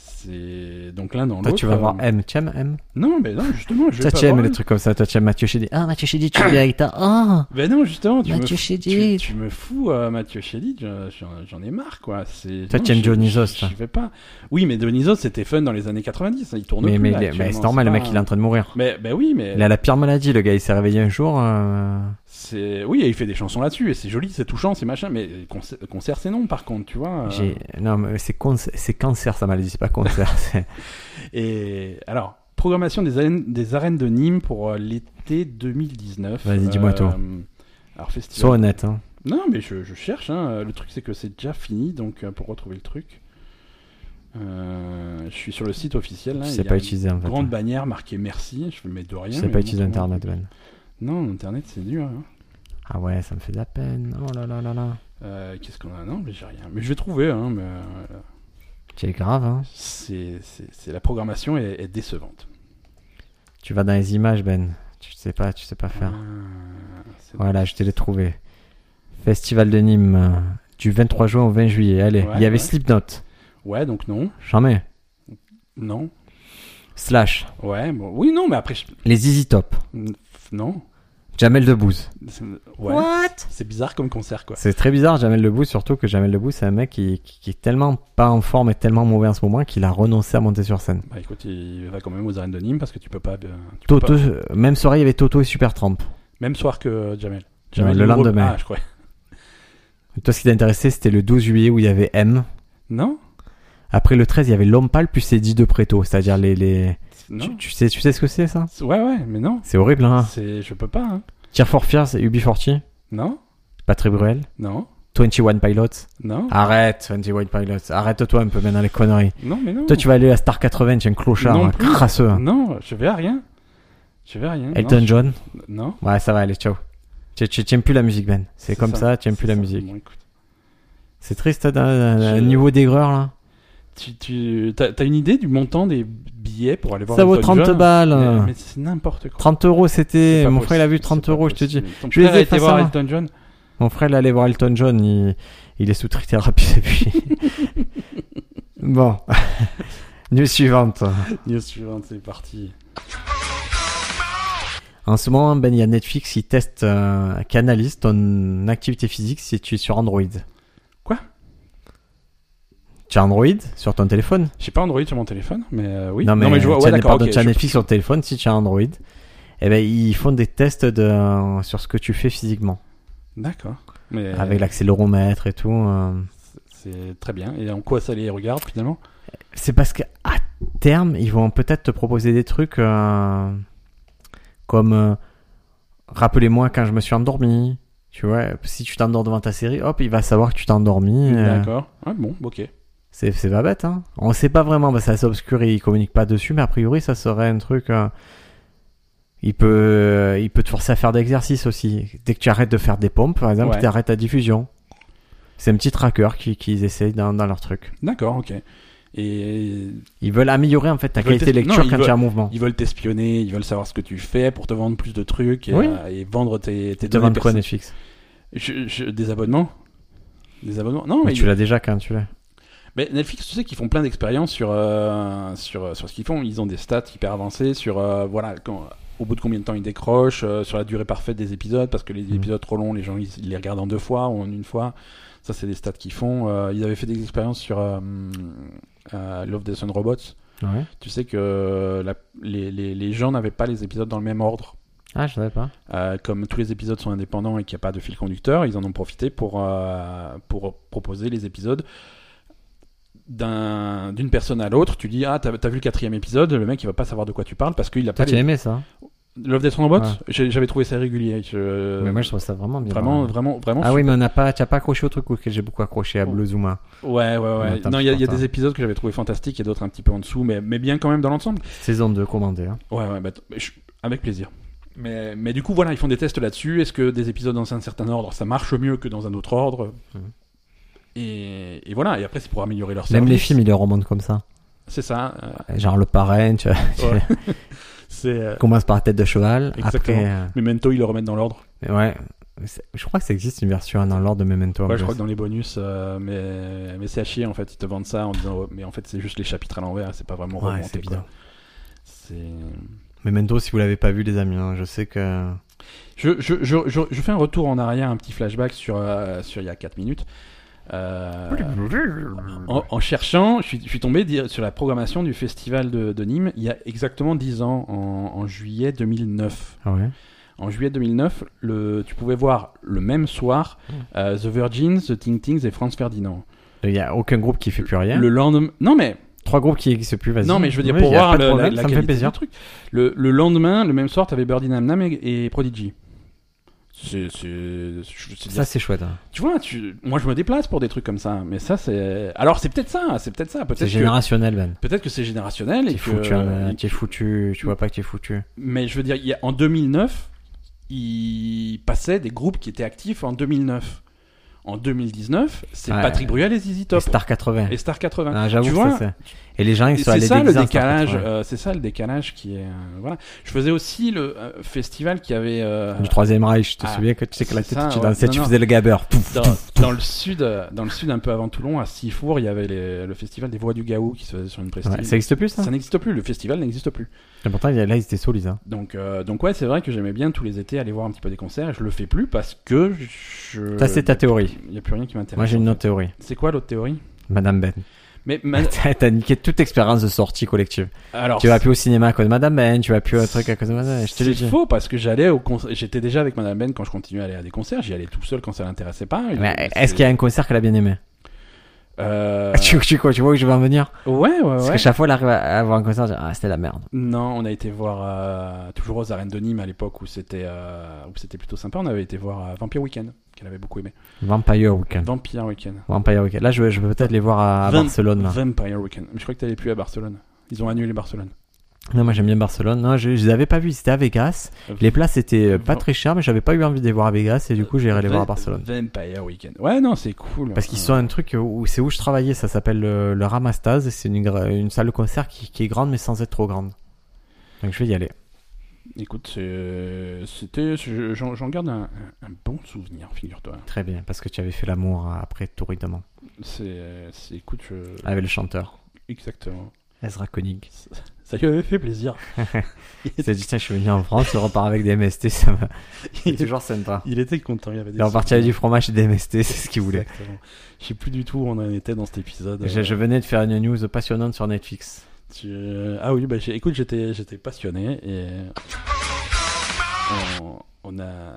C'est. Donc l'un dans l'autre.
Toi, tu vas voir
euh,
M. Tu aimes M
Non, mais non, justement, je vais
Toi,
pas
tu aimes
voir
les trucs comme ça. Toi, tu aimes Mathieu Chédid. Ah, Mathieu Chédid,
<coughs>
tu viens avec ta. Ah,
Ben non, justement, tu, me,
Mathieu
fous- tu,
Chédid.
tu me fous, euh, Mathieu Chédid, je- j'en j'en ai marre, quoi. C'est-
Toi,
non,
tu aimes
je-
Dionysos,
je-
toi.
Je vais pas. Oui, mais Dionysos, c'était fun dans les années 90, hein, il tourne
Mais,
plus,
mais,
là,
il est- mais
actuellement,
c'est normal, le
pas-
mec, il est en train de mourir.
Mais ben oui, mais
Il a la pire maladie, le gars. Il s'est réveillé un jour. euh,
c'est oui, et il fait des chansons là-dessus et c'est joli, c'est touchant, c'est machin, mais concert, concert, c'est non par contre, tu vois. euh,
j'ai- Non, mais c'est con- c'est cancer, sa maladie. C'est pas cancer. <laughs> c'est-
Et alors, programmation des arènes, des arènes de Nîmes pour euh, l'été 2019.
Vas-y, dis-moi tout.
euh, Alors festival.
Sois honnête. Hein.
Non, mais je, je cherche. hein. Le truc, c'est que c'est déjà fini, donc euh, pour retrouver le truc, euh, je suis sur le site officiel. Là,
Tu
il
sais
y a
pas
une
utiliser, en fait.
Grande bannière marquée merci. Je mets de rien.
Tu sais
mais
pas
bon,
utiliser
comment-
Internet, Ben.
Non, internet, c'est dur. hein.
Ah ouais, ça me fait de la peine. Oh là là là là.
Euh, Qu'est-ce qu'on a Non, mais j'ai rien. Mais je vais trouver. Hein, mais, euh,
C'est grave, hein.
c'est, c'est- c'est- la programmation est, est décevante.
Tu vas dans les images, Ben. Tu sais pas, tu sais pas faire.
Ah, c'est-
Voilà, je te l'ai trouvé. Festival de Nîmes, euh, du 23 juin au 20 juillet. Allez,
Ouais,
il y avait
ouais.
Slipknot.
Ouais, donc non,
J'en mets.
non.
Slash.
Ouais, bon, oui, non, mais après, je-
Les Easy Top.
non.
Jamel Debbouze.
C'est- ouais. C'est bizarre comme concert, quoi.
C'est très bizarre, Jamel Debbouze, surtout que Jamel Debbouze, c'est un mec qui, qui- qui est tellement pas en forme et tellement mauvais en ce moment qu'il a renoncé à monter sur scène.
Bah écoute, il va quand même aux arènes de Nîmes parce que tu peux pas. euh, tu peux
Toto,
pas-
même soirée, il y avait Toto et Super Trump.
Même soir que Jamel.
le
il ouvre-
lendemain.
Ah, je crois.
Toi, ce qui t'intéressait, c'était le 12 juillet où il y avait M.
Non
Après le 13, il y avait Lompal puis Cédi de Preto, c'est-à-dire les. les...
Non.
Tu, tu sais, tu sais ce que c'est ça
C'est- Ouais, ouais, mais non.
C'est horrible, hein
C'est... Je peux pas, hein.
Tear for Fears, Ubi Forti,
Non
Patrick Bruel,
Non
21 Pilots.
Non
Arrête, 21 Pilots, arrête-toi un peu maintenant les conneries.
Non, mais non.
Toi, tu vas aller à Star 80, tu es un clochard,
Non
un
plus.
crasseux. hein.
Non, je vais à rien. Je vais à rien.
Elton
non,
John,
je- non.
ouais, ça va, allez, ciao. Tu tu- tu aimes plus la musique, Ben. C'est comme ça, tu aimes plus
c'est
la
ça.
musique.
Bon, écoute.
C'est triste, hein, d'un- d'un
Je-
niveau d'aigreur, là.
Tu, tu as, une idée du montant des billets pour aller voir
Ça vaut
Elton
30
John
balles.
Mais, mais c'est n'importe quoi.
30 euros, c'était.
C'est pas
Mon frère, il a vu
possible,
30
c'est pas
euros, je te dis.
possible. Ton
Je les
frère a
ai
été
fait
voir
ça.
Elton John <laughs>
Mon frère, il allait voir Elton John, il, il est sous trithérapie <laughs> depuis. <laughs> bon. <laughs> News suivante.
News suivante, c'est parti.
En ce moment, Ben, il y a Netflix qui teste, euh, qui analyse ton activité physique si tu es sur Android.
Quoi
Tu as Android sur ton téléphone
J'ai pas Android sur mon téléphone, mais euh, oui.
Non, mais,
je vois.
tu
Ouais,
as-
d'accord.
pardon,
ok,
tu as
je-
Netflix sur ton téléphone si tu as Android. Eh ben, ils font des tests de, sur ce que tu fais physiquement.
D'accord. Mais
Avec l'accéléromètre et tout. euh.
c'est très bien. Et en quoi ça les regarde finalement
C'est parce qu'à terme, ils vont peut-être te proposer des trucs euh, comme euh, rappelez-moi quand je me suis endormi. Tu vois, si tu t'endors devant ta série, hop, il va savoir que tu t'es endormi. euh,
D'accord. Ah bon, ok.
c'est c'est pas bête, hein. On sait pas vraiment, bah, ça c'est obscur et il communique pas dessus, mais a priori, ça serait un truc. euh, il peut, euh, il peut te forcer à faire d'exercice aussi. Dès que tu arrêtes de faire des pompes, par exemple,
Ouais.
tu arrêtes ta diffusion. C'est un petit tracker qui- qu'ils essayent dans, dans leur truc.
D'accord, ok. Et
Ils veulent améliorer en fait ta
Ils veulent
qualité de
tester- non,
lecture
ils
quand tu
veulent-
es en mouvement.
ils veulent t'espionner, ils veulent savoir ce que tu fais pour te vendre plus de trucs et,
Oui.
euh, et vendre tes, tes
Ils te
données
vendent quoi
perso-
Netflix
Je- je- Des abonnements Des abonnements Non,
Mais
mais,
Bah, Tu l'as déjà quand tu l'as.
mais Netflix, tu sais qu'ils font plein d'expériences sur, euh, sur, sur ce qu'ils font. Ils ont des stats hyper avancées sur euh, voilà, quand, au bout de combien de temps ils décrochent, euh, sur la durée parfaite des épisodes, parce que les
Mhm.
épisodes trop longs, les gens ils, ils les regardent en deux fois ou en une fois. Ça, c'est des stats qu'ils font. Euh, ils avaient fait des expériences sur euh, euh, Love, Death and Robots.
Ouais.
Tu sais que euh, la- les, les- les gens n'avaient pas les épisodes dans le même ordre.
Ah, je savais pas.
Euh, comme tous les épisodes sont indépendants et qu'il n'y a pas de fil conducteur, ils en ont profité pour, euh, pour proposer les épisodes d'un- d'une personne à l'autre. Tu dis, ah, t'as t'as vu le quatrième épisode, le mec il va pas savoir de quoi tu parles parce qu'il a pas
Toi, tu
les...
aimé ça
Love Death and Robots
Ouais.
J'ai- J'avais trouvé ça régulier. Je...
Mais moi, je trouve ça vraiment bien.
Euh, Vraiment,
Ouais.
vraiment, vraiment.
Ah oui, mais on n'a pas, tu n'as pas accroché au truc auquel j'ai beaucoup accroché à
Oh.
Bleu Zuma.
Ouais, ouais, ouais.
Attends,
non, il y a, il y a
je pense,
des
hein.
épisodes que j'avais trouvé fantastiques et d'autres un petit peu en dessous, mais, mais bien quand même dans l'ensemble.
Saison 2 commandée. hein.
Ouais, ouais, bah, t- mais je- avec plaisir. Mais, mais du coup, voilà, ils font des tests là-dessus. Est-ce que des épisodes dans un certain ordre, ça marche mieux que dans un autre ordre
Mhm.
et, et voilà, et après, c'est pour améliorer leur service.
Même les films, ils les remontent comme ça.
C'est ça. euh,
Genre le parrain, tu vois, <laughs> tu
Ouais. c'est, euh,
commences par la tête de cheval.
Exactement.
Après, euh,
Memento, ils le remettent dans l'ordre.
mais ouais. C'est- Je crois que ça existe une version hein, dans l'ordre de Memento. en
Ouais, je
plus.
crois que dans les bonus, euh, mais, mais c'est à chier en fait. Ils te vendent ça en disant, ouais, mais en fait, c'est juste les chapitres à l'envers, c'est pas vraiment
Ouais,
remonté.
c'est
quoi.
bien.
C'est-
Memento, si vous l'avez pas vu, les amis, hein, je sais que.
Je, je, je, je, je fais un retour en arrière, un petit flashback sur, euh, sur il y a 4 minutes. Euh, en, en cherchant, je suis, je suis tombé di- sur la programmation du festival de, de Nîmes il y a exactement 10 ans, en, en juillet 2009.
Ah ouais.
En juillet 2009, le, tu pouvais voir le même soir
Hmm.
euh, The Virgins, The Ting Tings et Franz Ferdinand.
euh, Il y a aucun groupe qui fait plus rien.
Le lendemain, non mais
Trois groupes qui existent plus, vas-y.
non mais je veux dire
Ouais,
pour
y a
voir
pas de
le- la-
problème,
la,
ça me fait
qualité
plaisir.
du truc. Le, le lendemain, le même soir, t'avais Birdie Nam Nam et, et Prodigy. C'est, c'est, je- c'est
Ça, c'est chouette. hein.
Tu vois, tu... moi je me déplace pour des trucs comme ça, mais ça c'est. Alors c'est peut-être ça, c'est peut-être ça,
C'est
peut-être que
générationnel, Ben.
peut-être que c'est générationnel et
T'es
que. euh,
foutu, hein, t'es foutu, tu vois pas que t'es foutu.
Mais je veux dire, il y a- en 2009, il passait des groupes qui étaient actifs en 2009. En 2019, c'est
Ouais.
Patrick Bruel et ZZ Top.
Et Star 80.
Et Star 80.
Ah,
tu
J'avoue que
vois,
ça, c'est. Et les gens, ils
Et
sont
c'est
allés
ça le
déguisés en Star
décalage
80.
euh, c'est ça le décalage qui est euh, voilà je faisais aussi le euh, festival qui avait euh,
Du Troisième Reich, je te
ah,
souviens que tu sais que la
c'est
tête,
ça,
tu
ouais.
dansais,
Non,
tu
non.
faisais le gabeur. Pouf,
dans,
pouf,
dans le sud euh, dans le sud un peu avant Toulon à Sifour il y avait les- le festival des voix du Gaou qui se faisait sur une
pouf.
prestige
Ouais, ça existe plus, ça?
ça n'existe plus le festival n'existe plus
Et pourtant, il y a- là, ils étaient solides, hein.
donc euh, donc ouais c'est vrai que j'aimais bien tous les étés aller voir un petit peu des concerts et je le fais plus parce que je
Ça, c'est ta théorie.
il y a plus rien qui m'intéresse
Moi, j'ai
en
une
fait.
autre théorie.
c'est quoi l'autre théorie
Madame Ben.
mais ma-
<laughs> T'as t'as niqué toute expérience de sortie collective.
alors
Tu vas plus au cinéma à cause de Madame Ben, tu vas plus au truc à cause de Madame Ben, je te l'ai
C'est
dit.
faux parce que j'allais au concert. J'étais déjà avec Madame Ben quand je continuais à aller à des concerts. J'y allais tout seul quand ça l'intéressait pas.
Mais Est-ce qu'il y a un concert qu'elle a bien aimé
Euh...
<laughs> tu, tu- quoi, tu vois où je vais en venir
Ouais, ouais,
Parce
ouais.
que chaque fois, elle arrive à avoir un concert, elle dit, ah, c'était la merde.
Non, on a été voir euh, toujours aux arènes de Nîmes à l'époque où c'était euh, où c'était plutôt sympa. On avait été voir euh, Vampire Weekend qu'elle avait beaucoup aimé.
Vampire Weekend.
Vampire Weekend.
Vampire Weekend. Là, je, vais- je vais peut-être les voir à
Vingt-
Barcelone. là.
Vampire Weekend. Mais je crois que t'allais plus à Barcelone. Ils ont annulé Barcelone.
Non, moi, j'aime bien Barcelone. Non, je, je les avais pas vus, c'était à Vegas. Les places étaient euh, pas
Bon.
très chères, mais j'avais pas eu envie de les voir à Vegas, et du coup, j'irai les voir à Barcelone.
Vampire Weekend. Ouais, non, c'est cool.
Parce qu'ils
Euh,
sont un truc où c'est où je travaillais, ça s'appelle le, le Ramastaz, c'est une, gra- une salle de concert qui, qui est grande mais sans être trop grande. Donc je vais y aller.
Écoute, c'est- euh, c'était. je- J'en j'en garde un, un- un bon souvenir, figure-toi.
Très bien, parce que tu avais fait l'amour euh, après Touridement
C'est. euh, c'est- Écoute, je-
avec le chanteur
Exactement.
Ezra Koenig.
Ça lui avait fait
<laughs>
plaisir.
Il s'est dit, tiens, je suis venu en France, je repars avec des MST, ça <laughs> va. C'est toujours sympa.
Il était content, il avait
Il
des
est reparti
souvenirs.
avec du fromage et des MST, c'est ce qu'il voulait.
Exactement. Je sais plus du tout où on en était dans cet épisode.
Je,
Euh,
je venais de faire une news passionnante sur Netflix.
tu- Ah oui, bah, j'ai- écoute, j'étais, j'étais passionné et euh, on, on a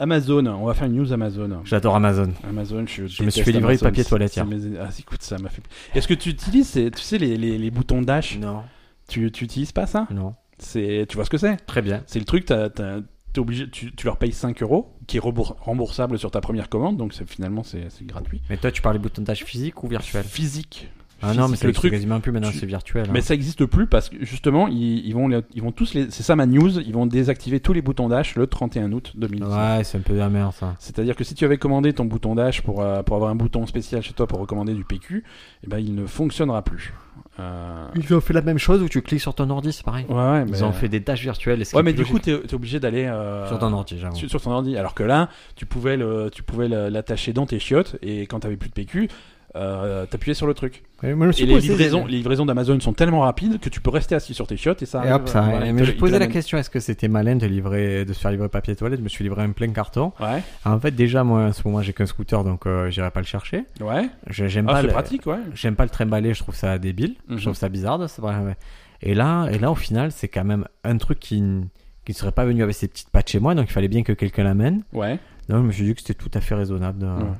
Amazon. On va faire une news Amazon.
J'adore Amazon.
Amazon, je,
Je me
déteste
suis fait livrer
Amazon.
le papier toilette hier.
C'est mes- Ah, écoute, ça m'a fait. Est-ce que tu utilises, ces- tu sais, les, les, les boutons dash
Non.
Tu, tu utilises pas ça
Non.
C'est, tu vois ce que c'est
Très bien.
C'est le truc, t'as- t'as- t'es obligé, tu, tu leur payes 5 euros, qui est rebour- remboursable sur ta première commande, donc c'est- finalement c'est c'est gratuit.
Mais toi, tu parles bouton de tâche physique ou virtuel
Physique.
Ah non,
Physique,
mais c'est
le
le truc.
truc.
quasiment plus maintenant,
tu-
c'est virtuel. hein.
Mais ça existe plus parce que justement, ils, ils vont, les- ils vont tous les. C'est ça ma news, ils vont désactiver tous les boutons dash le 31 août 2019.
Ouais, c'est un peu de la merde ça.
C'est-à-dire que si tu avais commandé ton bouton dash pour, euh, pour avoir un bouton spécial chez toi pour recommander du PQ, eh ben, il ne fonctionnera plus. Euh,
Ils ont fait la même chose où tu cliques sur ton ordi, c'est pareil.
Ouais, ouais, mais,
Ils ont fait des tâches virtuelles. et ce qui
Ouais,
est
mais
plus
du coup,
logique.
t'es es obligé d'aller. euh,
sur ton ordi, j'avoue.
sur, sur ton ordi. Alors que là, tu pouvais le, tu pouvais le- l'attacher dans tes chiottes et quand t'avais plus de PQ, euh, t'appuyais sur le truc. Et les livraisons, les livraisons d'Amazon sont tellement rapides que tu peux rester assis sur tes chiottes et ça.
Et
arrive, euh,
hop, ça.
voilà,
arrive.
ils
mais
te
je
le- ils te
posais la
l'amènent.
question est-ce que c'était malin de livrer, de se faire livrer papier toilette Je me suis livré un plein carton.
Ouais,
En fait, déjà, moi, à ce moment, j'ai qu'un scooter, donc euh, j'irai pas le chercher.
ouais.
Je- J'aime
Ah,
pas
c'est
le-
pratique, ouais.
J'aime pas le trimballer, je trouve ça débile,
Mhm.
je trouve ça bizarre. de- c'est vrai, ouais. Et là, et là, au final, c'est quand même un truc qui n- qui ne serait pas venu avec ses petites pattes chez moi, donc il fallait bien que quelqu'un l'amène.
Ouais.
Non, je me suis dit que c'était tout à fait raisonnable. de-
Ouais.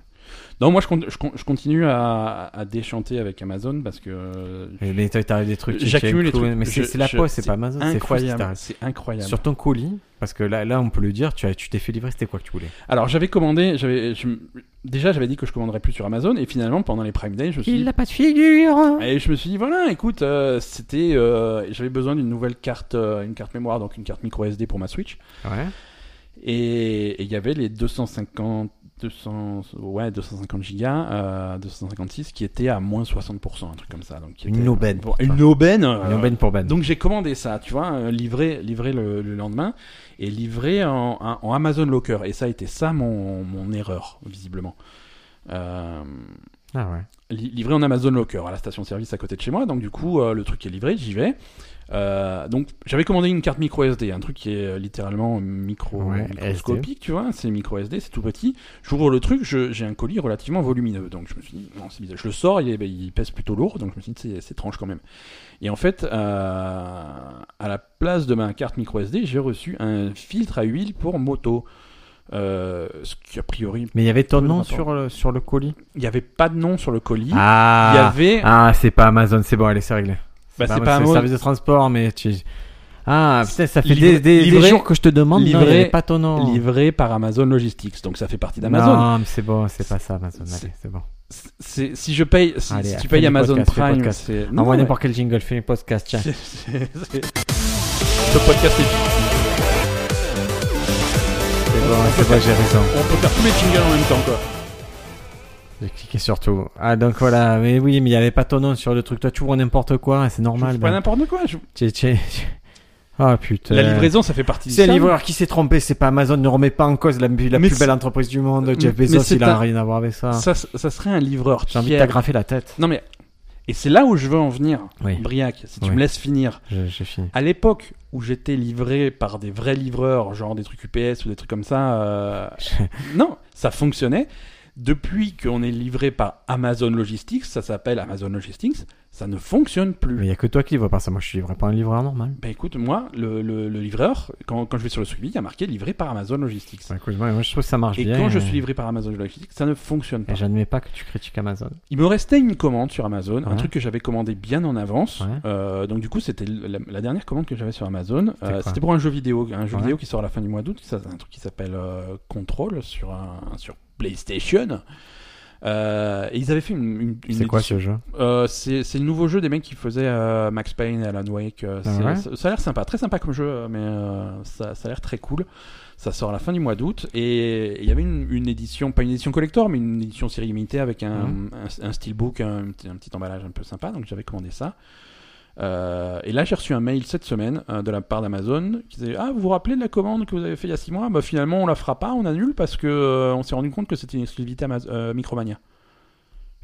Non, moi je, con- je con- je continue à, à déchanter avec Amazon parce que euh,
Mais- Mais toi, t'arrives des trucs. qui-
J'accumule
qui-
les trucs.
Mais c'est
Je-
c'est la
je-
poste, c'est
c'est
pas Amazon, c'est fou, si
incroyable.
t'arrives.
C'est incroyable.
Sur ton colis, parce que là, là, on peut le dire, tu as- tu t'es fait livrer, c'était quoi que tu voulais
Alors j'avais commandé, j'avais je- déjà j'avais dit que je commanderais plus sur Amazon et finalement pendant les Prime Day, je me suis dit,
n'a pas de figure
Et je me suis dit voilà, écoute, euh, c'était, euh, j'avais besoin d'une nouvelle carte, euh, une carte mémoire, donc une carte micro SD pour ma Switch.
Ouais.
Et et il y avait les 250, 200, ouais 250 gigas, euh, 256 qui étaient à moins 60%, un truc comme ça. Donc qui
Une
était-
aubaine.
Bon, une aubaine. euh,
Une aubaine pour Ben.
Donc j'ai commandé ça, tu vois, euh, livré, livré le, le lendemain et livré en, en- en Amazon Locker. Et ça a été ça mon, mon erreur, visiblement. Euh,
Ah ouais.
li- livré en Amazon Locker à la station-service à côté de chez moi. Donc du coup, euh, le truc est livré, j'y vais. Euh, donc j'avais commandé une carte micro SD, un truc qui est euh, littéralement micro
Ouais,
microscopique, tu vois, hein, c'est micro SD, c'est tout petit. J'ouvre le truc, je- j'ai un colis relativement volumineux, donc je me suis dit non c'est bizarre. Je le sors, il, est- ben, il pèse plutôt lourd, donc je me suis dit c'est- c'est étrange quand même. Et en fait, euh, à la place de ma carte micro SD, j'ai reçu un filtre à huile pour moto, Euh, ce qui a priori,
Mais il y avait ton
Peu de
nom
rapport.
sur le, sur le colis
il n'y avait pas de nom sur le colis.
Ah
Il y avait
Ah, c'est pas Amazon, c'est bon, allez, c'est réglé.
Bah, c'est
Amazon,
pas
le
Amazon.
service de transport, mais tu. Ah, putain, ça fait
Livré-
des, des, des
livré-
jours que je te demande, non, il y
livré-
avait pas ton nom.
livré par Amazon Logistics, donc ça fait partie d'Amazon.
Non, mais c'est bon, c'est pas ça, Amazon,
C'est-
allez, c'est bon.
C'est- Si je paye, si,
Allez,
si tu
fais
payes
du
Amazon
podcast, fais du
Prime,
podcast.
c'est non,
Envoie
mais-
n'importe quel jingle, fais une podcast, tiens.
c'est- c'est- c'est- Ce podcast est-
C'est bon, c'est bon, j'ai raison.
On peut faire tous les jingles en même temps, quoi.
J'ai cliqué sur tout. Ah, donc voilà. Mais oui, mais il n'y avait pas ton nom sur le truc. Toi, tu ouvres n'importe quoi, c'est normal.
Je pas
ben.
n'importe quoi. je-
Tchè, tchè, <laughs> tchè. Ah, putain.
La livraison, ça fait partie de
C'est
ça.
un livreur qui s'est trompé, c'est pas Amazon, ne remet pas en cause la, la
Mais
plus
c'est-
belle entreprise du monde.
Mais-
Jeff
mais
Bezos,
c'est
il a
un-
rien à voir avec ça.
Ça, ça serait un livreur.
J'ai envie de
fier.
t'agrafer la tête.
Non mais et c'est là où je veux en venir,
Oui.
Briac. Si tu
Oui.
me laisses finir.
J'ai j'ai fini.
À l'époque où j'étais livré par des vrais livreurs, genre des trucs UPS ou des trucs comme ça, euh, non, ça fonctionnait. Depuis qu'on est livré par Amazon Logistics, ça s'appelle Amazon Logistics, ça ne fonctionne plus.
<laughs> Mais il y a que toi qui vois pas ça. Moi, je suis livré par un livreur normal.
Bah écoute, moi, le, le- le livreur, quand, quand je vais sur le suivi, il y a marqué livré par Amazon Logistics.
Bah, écoute, moi, moi, je trouve que ça marche
Et
bien.
quand je
euh,
suis livré par Amazon Logistics, ça ne fonctionne pas.
Et j'admets pas que tu critiques Amazon.
Il me restait une commande sur Amazon, un
Ouais.
truc que j'avais commandé bien en avance.
Ouais.
Euh, donc du coup, c'était la, la dernière commande que j'avais sur Amazon.
C'était
Euh,
quoi
C'était pour un jeu vidéo, un jeu
Ouais.
vidéo qui sort à la fin du mois d'août. C'est un truc qui s'appelle euh, Control sur un- sur PlayStation. Euh, et ils avaient fait une. une- une
C'est quoi
édition-
ce jeu
Euh, C'est c'est le nouveau jeu des mecs qui faisaient euh, Max Payne et Alan Wake. Euh,
Ah
c'est-
ouais
ça, ça a l'air sympa, très sympa comme jeu, euh, mais euh, ça, ça a l'air très cool. Ça sort à la fin du mois d'août et il y avait une, une édition, pas une édition collector, mais une édition série limitée avec un,
Mhm.
un, un steelbook, un, petit- un petit emballage un peu sympa. Donc j'avais commandé ça. Euh, et là, j'ai reçu un mail cette semaine euh, de la part d'Amazon qui disait Ah, vous vous rappelez de la commande que vous avez fait il y a 6 mois bah, Finalement, on la fera pas, on annule parce que euh, on s'est rendu compte que c'était une exclusivité Amaz- euh, Micromania.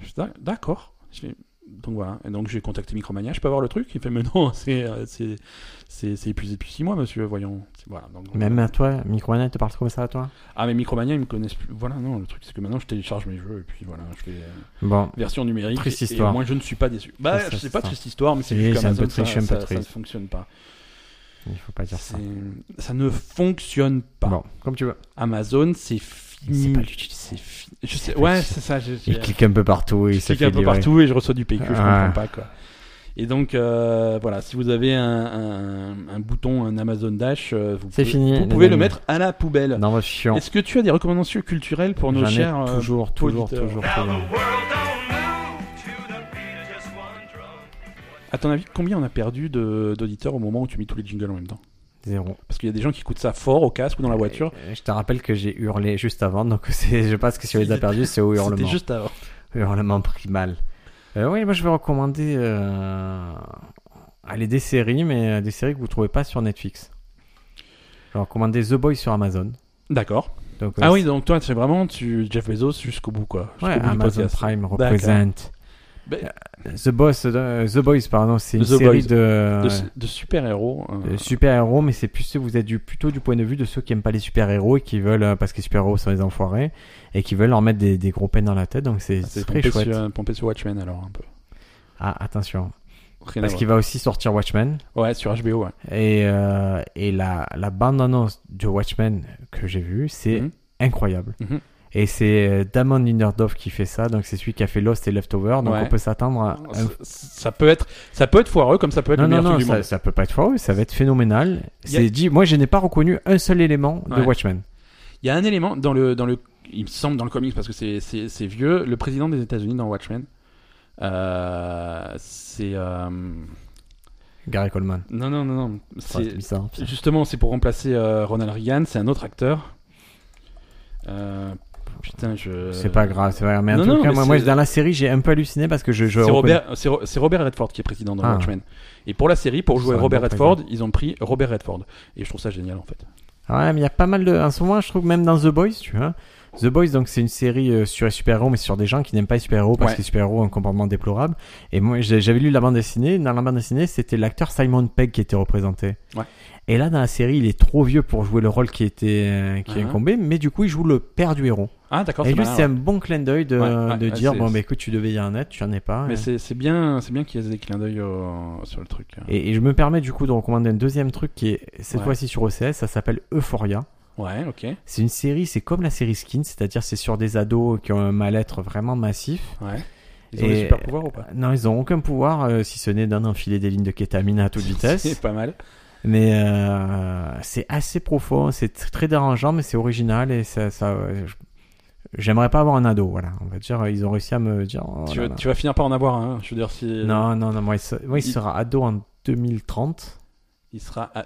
Je dis, D'ac- D'accord. Je fais, Donc voilà. Et donc j'ai contacté Micromania, je peux avoir le truc Il fait Mais non, <laughs> c'est euh, c'est- c'est- c'est épuisé depuis 6 mois, monsieur, voyons. C'est- Voilà. Donc,
Même à toi, Micronet te parle comme ça à toi
Ah, mais Micromania, ils me connaissent plus. Voilà, non, le truc, c'est que maintenant je télécharge mes jeux et puis voilà, je fais euh,
Bon,
version numérique.
Triste
et-
histoire.
Et moi, je ne suis pas déçu. Bah,
Triste
je sais pas
histoire.
triste histoire, mais c'est
Oui,
juste
c'est un peu
qu'Amazon, ça,
triste, je suis un
ça,
peu
ça ne
triste.
fonctionne pas.
il faut pas dire ça.
C'est- Ça ne fonctionne pas.
Bon, comme tu veux.
Amazon, c'est fini.
Il sait pas
C'est fini. Je sais.
pas
Ouais,
l'utiliser.
c'est ça. j'ai- j'ai-
Il clique un peu partout et il
je
se
clique
fait
un peu
livrer.
partout et je reçois du PQ. Je
Ah.
comprends pas quoi. Et donc euh, voilà, si vous avez un, un- un bouton, un Amazon Dash, euh, vous
C'est
pouvez,
fini,
vous
les
pouvez le
amis.
mettre à la poubelle.
Dans votre chiant.
Est-ce que tu as des recommandations culturelles pour nos
J'en ai
chers euh,
toujours, toujours,
auditeurs.
toujours,
Now the
toujours.
world don't move to the beat of just one drum.
À ton avis, combien on a perdu de- d'auditeurs au moment où tu mets tous les jingles en même temps
Zéro.
Parce qu'il y a des gens qui écoutent ça fort au casque ou dans la voiture.
Euh, Je te rappelle que j'ai hurlé juste avant, donc <laughs> c'est, je pense que si on les a perdus, c'est au
C'était
hurlement.
juste avant.
Hurlement primal. Euh, oui, moi je vais recommander euh, allez, des séries, mais euh, des séries que vous ne trouvez pas sur Netflix. Je vais recommander The Boys sur Amazon.
D'accord.
Donc,
Ah
euh,
oui, donc toi, c'est vraiment tu Jeff Bezos jusqu'au bout, quoi. Jusqu'au
ouais,
bout du
Amazon
podcast.
Prime représente.
Ben-
Euh, The, Boss, euh, The Boys, pardon, c'est une
The
série
Boys.
de,
De, de super-héros. euh,
de super-héros, mais c'est plus vous êtes du, plutôt du point de vue de ceux qui aiment pas les super-héros et qui veulent, euh, parce que les super-héros sont des enfoirés, et qui veulent leur mettre des, des gros peines dans la tête, donc c'est,
Ah, c'est
très
pompé
chouette.
sur, pompé sur Watchmen, alors, un peu.
Ah, attention.
Rien
Parce
à
qu'il va aussi sortir Watchmen.
voir. Ouais, sur HBO, ouais.
Et, euh, et la, la bande-annonce de Watchmen que j'ai vue, c'est
Mhm.
incroyable.
Mhm.
Et c'est euh, Damon Lindelof qui fait ça, donc c'est celui qui a fait Lost et Leftover, donc
Ouais.
on peut s'attendre à...
Ça, Ah, ça peut être, ça peut être foireux comme ça peut être
Euh, Non,
le
non,
meilleur
non,
truc du
ça,
monde.
ça peut pas être faux, ça va être phénoménal.
Y a-
C'est dit, moi je n'ai pas reconnu un seul élément de
Ouais.
Watchmen.
Il y a un élément dans le, dans le, il me semble dans le comics parce que c'est, c'est, c'est vieux. Le président des États-Unis dans Watchmen, euh, c'est, euh,
Gary Coleman.
non, non, non, non,
Ça,
c'est,
C'est bizarre.
Justement, c'est pour remplacer euh, Ronald Reagan, c'est un autre acteur. Euh, putain, je.
C'est pas grave, c'est pas grave. Mais en
euh, Non,
tout
non,
cas,
mais
moi, moi,
c'est-
dans la série, j'ai un peu halluciné parce que je. je
C'est
reconnais-
Robert, c'est Ro- c'est Robert Redford qui est président dans
Ah.
Watchmen. Et pour la série, pour
Ça
jouer
va
Robert
bien,
Redford, ils ont pris Robert Redford. Et je trouve ça génial en fait.
Ouais, mais il y a pas mal de. En ce moment, je trouve même dans The Boys, tu vois. The Boys, donc c'est une série euh, sur les super-héros, mais sur des gens qui n'aiment pas les super-héros parce
Ouais.
que les super-héros ont un comportement déplorable. Et moi, j'ai- j'avais lu la bande dessinée. Dans la bande dessinée, c'était l'acteur Simon Pegg qui était représenté.
Ouais.
Et là, dans la série, il est trop vieux pour jouer le rôle qui était euh, qui
Ah.
incombait, mais du coup, il joue le père du héros.
Ah d'accord,
Et
c'est
lui,
malin,
c'est
ouais.
un bon clin d'œil de,
Ouais, ouais,
de
ouais,
dire
c'est-
bon, bah écoute, tu devais y en être, tu en es pas.
Mais
Et-
c'est c'est bien, c'est bien qu'il y ait des clins d'œil euh, sur le truc.
Et, et je me permets du coup de recommander un deuxième truc qui est cette
Ouais.
fois-ci sur OCS, ça s'appelle Euphoria.
Ouais, ok.
C'est une série, c'est comme la série Skin, c'est-à-dire c'est sur des ados qui ont un mal-être vraiment massif.
Ouais. Ils ont
Et-
des super pouvoirs ou pas
Non, ils n'ont aucun pouvoir euh, si ce n'est d'en enfiler des lignes de kétamine
<laughs>
à toute
<laughs> C'est
vitesse.
pas mal.
Mais euh, c'est assez profond, c'est tr- très dérangeant, mais c'est original et ça. ça euh, je- J'aimerais pas avoir un ado, voilà. On va dire, ils ont réussi à me dire. oh
tu,
là
vas-
là.
tu vas finir par en avoir un. hein. Je veux dire, si
Non, non, non, moi il, se- moi, il
Il-
sera ado en 2030.
il sera. À...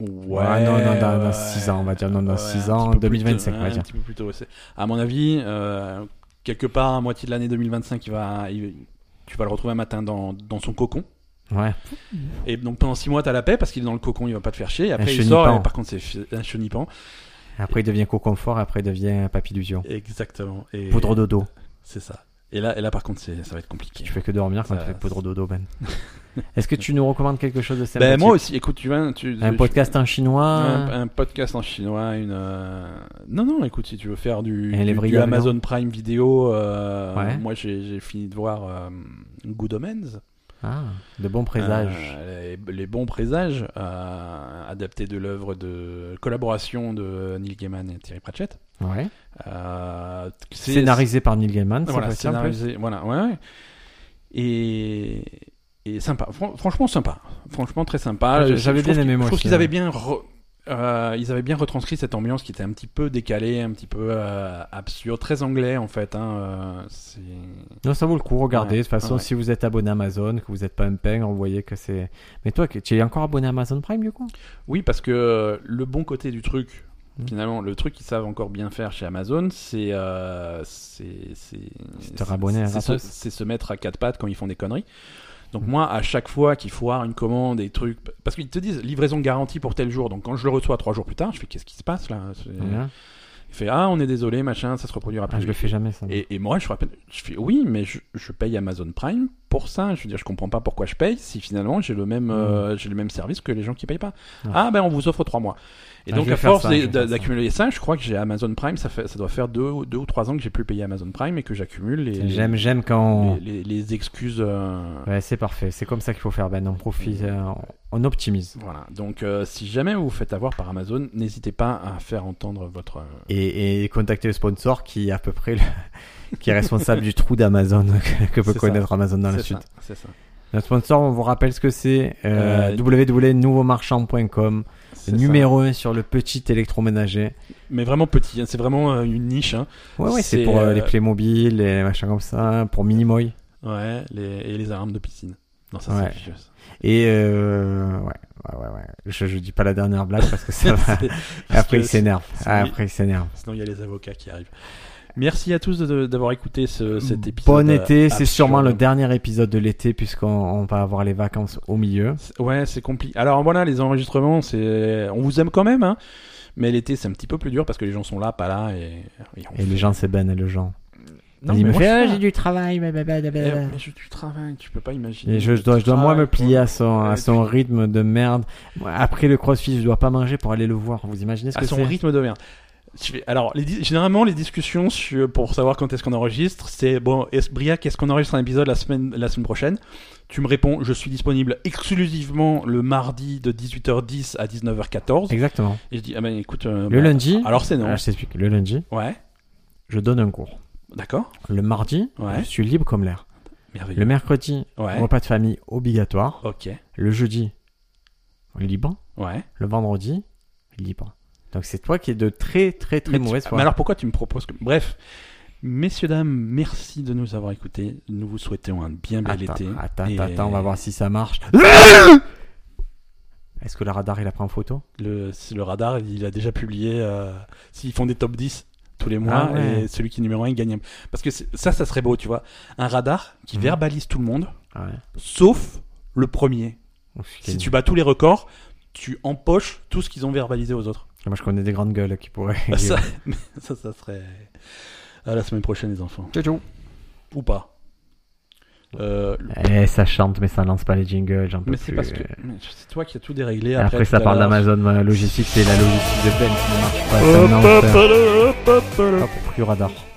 Ouais,
Ouais, non, non, dans- dans six ans, on va dire, non, dans six
un
ans,
petit peu plus
2025,
tôt,
on va
un
dire.
petit peu plus tôt, c'est- À mon avis, euh, quelque part à moitié de l'année 2025, il va, il- tu vas le retrouver un matin dans, dans son cocon.
Ouais.
Et donc pendant 6 mois, t'as la paix parce qu'il est dans le cocon, il va pas te faire chier. Et après, il
chenilpan.
sort, et par contre, c'est fi- un chenipan.
Après, il devient co-confort, après, il devient papillusion.
Exactement. Et
Poudre dodo.
C'est ça. Et là, et là, par contre, c'est- ça va être compliqué.
Tu fais que dormir quand
Ça-
tu fais poudre
<laughs>
dodo, Ben. Est-ce que tu nous recommandes quelque chose de sympathique
Ben, moi aussi, écoute, tu vas. Tu,
Un
tu-
podcast en chinois
un, un podcast en chinois, une. euh, Non, non, écoute, si tu veux faire du,
Et les
du- du
brigands,
Amazon Prime vidéo, euh,
Ouais.
moi j'ai j'ai fini de voir euh, Good Omens.
Ah, de bons présages.
Euh, les, les bons présages, euh, adaptés de l'œuvre de collaboration de Neil Gaiman et Thierry Pratchett.
Ouais.
Euh, c'est-
Scénarisé par Neil Gaiman, c'est
voilà,
pas simple.
scénarisé, voilà, ouais, ouais. Et, et sympa, Fran- franchement sympa, franchement très sympa.
Ouais,
Je-
Ah, j'avais
je trouve
bien aimé,
que-
moi
Je trouve
aussi,
qu'ils
hein. ouais.
avaient bien, re- euh, ils avaient bien retranscrit cette ambiance qui était un petit peu décalée, un petit peu euh, absurde, très anglais en fait. hein, euh, c'est-
Non, ça vaut le coup, regardez.
Ouais,
De toute façon,
ouais.
si vous êtes abonné à Amazon, que vous n'êtes pas un ping, on voyait que c'est. Mais toi, que- tu es encore abonné à Amazon Prime, du coup
Oui, parce que euh, le bon côté du truc.
Mm.
Finalement, le truc qu'ils savent encore bien faire chez Amazon, c'est euh, c'est c'est-
te
c'est-
rabonner à
c'est se-
gratos.
c'est se mettre à quatre pattes quand ils font des conneries. Donc
Mm.
moi, à chaque fois qu'il faut avoir une commande et trucs, parce qu'ils te disent livraison garantie pour tel jour. Donc quand je le reçois trois jours plus tard, je fais qu'est-ce qui se passe là C'est-
Bien.
Il fait ah on est désolé machin, ça se reproduira plus.
Hein Ah, Je le fais jamais, ça.
Et, et moi, je rappelle, je fais oui, mais je, je paye Amazon Prime pour ça. Je veux dire, je comprends pas pourquoi je paye si finalement j'ai le
Hmm.
même, euh, j'ai le même service que les gens qui payent pas.
Ouais.
Ah ben on vous offre trois mois. Et
Ah, je
donc
vais
à
faire
force
ça, je
d'a-
vais faire ça.
d'accumuler ça, je crois que j'ai Amazon Prime. Ça fait, ça doit faire deux, deux ou trois ans que j'ai plus payé Amazon Prime et que j'accumule les,
J'aime, j'aime quand. on-
les, les- les excuses. euh,
Ouais, c'est parfait. C'est comme ça qu'il faut faire, Ben. On profite, euh, on- on optimise.
Voilà. Donc euh, si jamais vous vous faites avoir par Amazon, n'hésitez pas à faire entendre votre. euh,
Et, et contacter le sponsor qui est à peu près le- <laughs> qui est responsable du trou d'Amazon <laughs> que- que peut
C'est ça.
connaître Amazon dans le
c'est
sud.
ça, c'est ça.
Notre sponsor, on vous rappelle ce que c'est euh,
Euh,
www.nouveaumarchand.com,
C'est ça.
numéro 1 sur le petit électroménager.
Mais vraiment petit. hein, C'est vraiment euh, une niche. hein.
Ouais, ouais, c'est
C'est,
pour euh,
euh,
les Playmobil, les machins comme ça, pour Minimoy.
Ouais, les, et les armes de piscine. Non, ça
Ouais.
c'est vieux, ça.
Et euh, ouais, ouais, ouais, ouais. Je, je dis pas la dernière blague parce
<laughs>
que ça va.
C'est- parce que
<laughs> Après, il s'énerve.
c'est-
Ah, Après, il s'énerve.
Sinon, il y a les avocats qui arrivent. Merci à tous de- de- d'avoir écouté ce, cet épisode.
Bon
euh,
été, c'est
absurde.
sûrement le dernier épisode de l'été puisqu'on on va avoir les vacances au milieu.
C'est- Ouais, c'est compliqué. Alors voilà, les enregistrements, c'est on vous aime quand même, hein. Mais l'été, c'est un petit peu plus dur parce que les gens sont là, pas là, et, on-
Et les gens, c'est Ben et le gens.
Non,
il
mais
me
moi,
fait,
je
Ah,
suis
j'ai
là.
du travail,
Eh,
blablabla.
mais je du travail, tu peux pas imaginer.
Et je, je dois, je dois moi me plier à son, à
Ouais,
son
puis-
rythme de merde. Moi, Après le crossfit, je dois pas manger pour aller le voir. Vous imaginez ce
à
que
son
c'est
rythme de merde. Je fais- Alors, les dis- généralement, les discussions sur- pour savoir quand est-ce qu'on enregistre, c'est bon, est-ce, Briac, est-ce qu'on enregistre un épisode la semaine, la semaine prochaine Tu me réponds, je suis disponible exclusivement le mardi de 18h10 à 19h14.
Exactement.
Et je dis, ah ben écoute, euh,
Le
bah,
lundi, Ah.
alors c'est non.
alors, je t'explique. Le lundi,
ouais,
je donne un cours.
d'accord,
Le mardi,
Ouais.
je suis libre comme l'air. Le
merveilleux.
mercredi,
Ouais, Oh.
repas de famille obligatoire.
ok,
Le jeudi, libre.
ouais.
Le vendredi, libre. Donc c'est toi qui es de très très très
Mais tu-
mauvaise foi.
Mais alors pourquoi tu me proposes que... Bref, messieurs, dames, merci de nous avoir écoutés. Nous vous souhaitons un bien bel
attends,
été.
attends,
Et
attends, on va voir si ça marche. <laughs> Est-ce que le radar il a pris en photo
Le, c'est le radar, il a déjà publié euh, s'ils font des top 10 tous les mois
Ah ouais.
et celui qui est numéro 1 il gagne. un- Parce que c'est- ça, ça serait beau, tu vois. Un radar qui
Mhm.
verbalise tout le monde,
Ah ouais.
sauf le premier.
Oh, je suis
Si tu bats tous les records, tu empoches tout ce qu'ils ont verbalisé aux autres.
Moi, je connais des grandes gueules qui pourraient.
<laughs> ça, ça, ça serait à la semaine prochaine, les enfants.
Ciao, ciao.
Ou pas. Euh,
<laughs> Eh, ça chante, mais ça lance pas les jingles. j'en peux
mais c'est
plus.
parce que mais c'est toi qui as tout déréglé.
Et
Après,
Après,
tout
ça
à
parle
l'heure.
d'Amazon, ma logistique, c'est la logistique de Ben qui ne marche pas. ça
Hop,
me lance,
hop, hop, hop, hop, hop.
euh, hop, plus radar.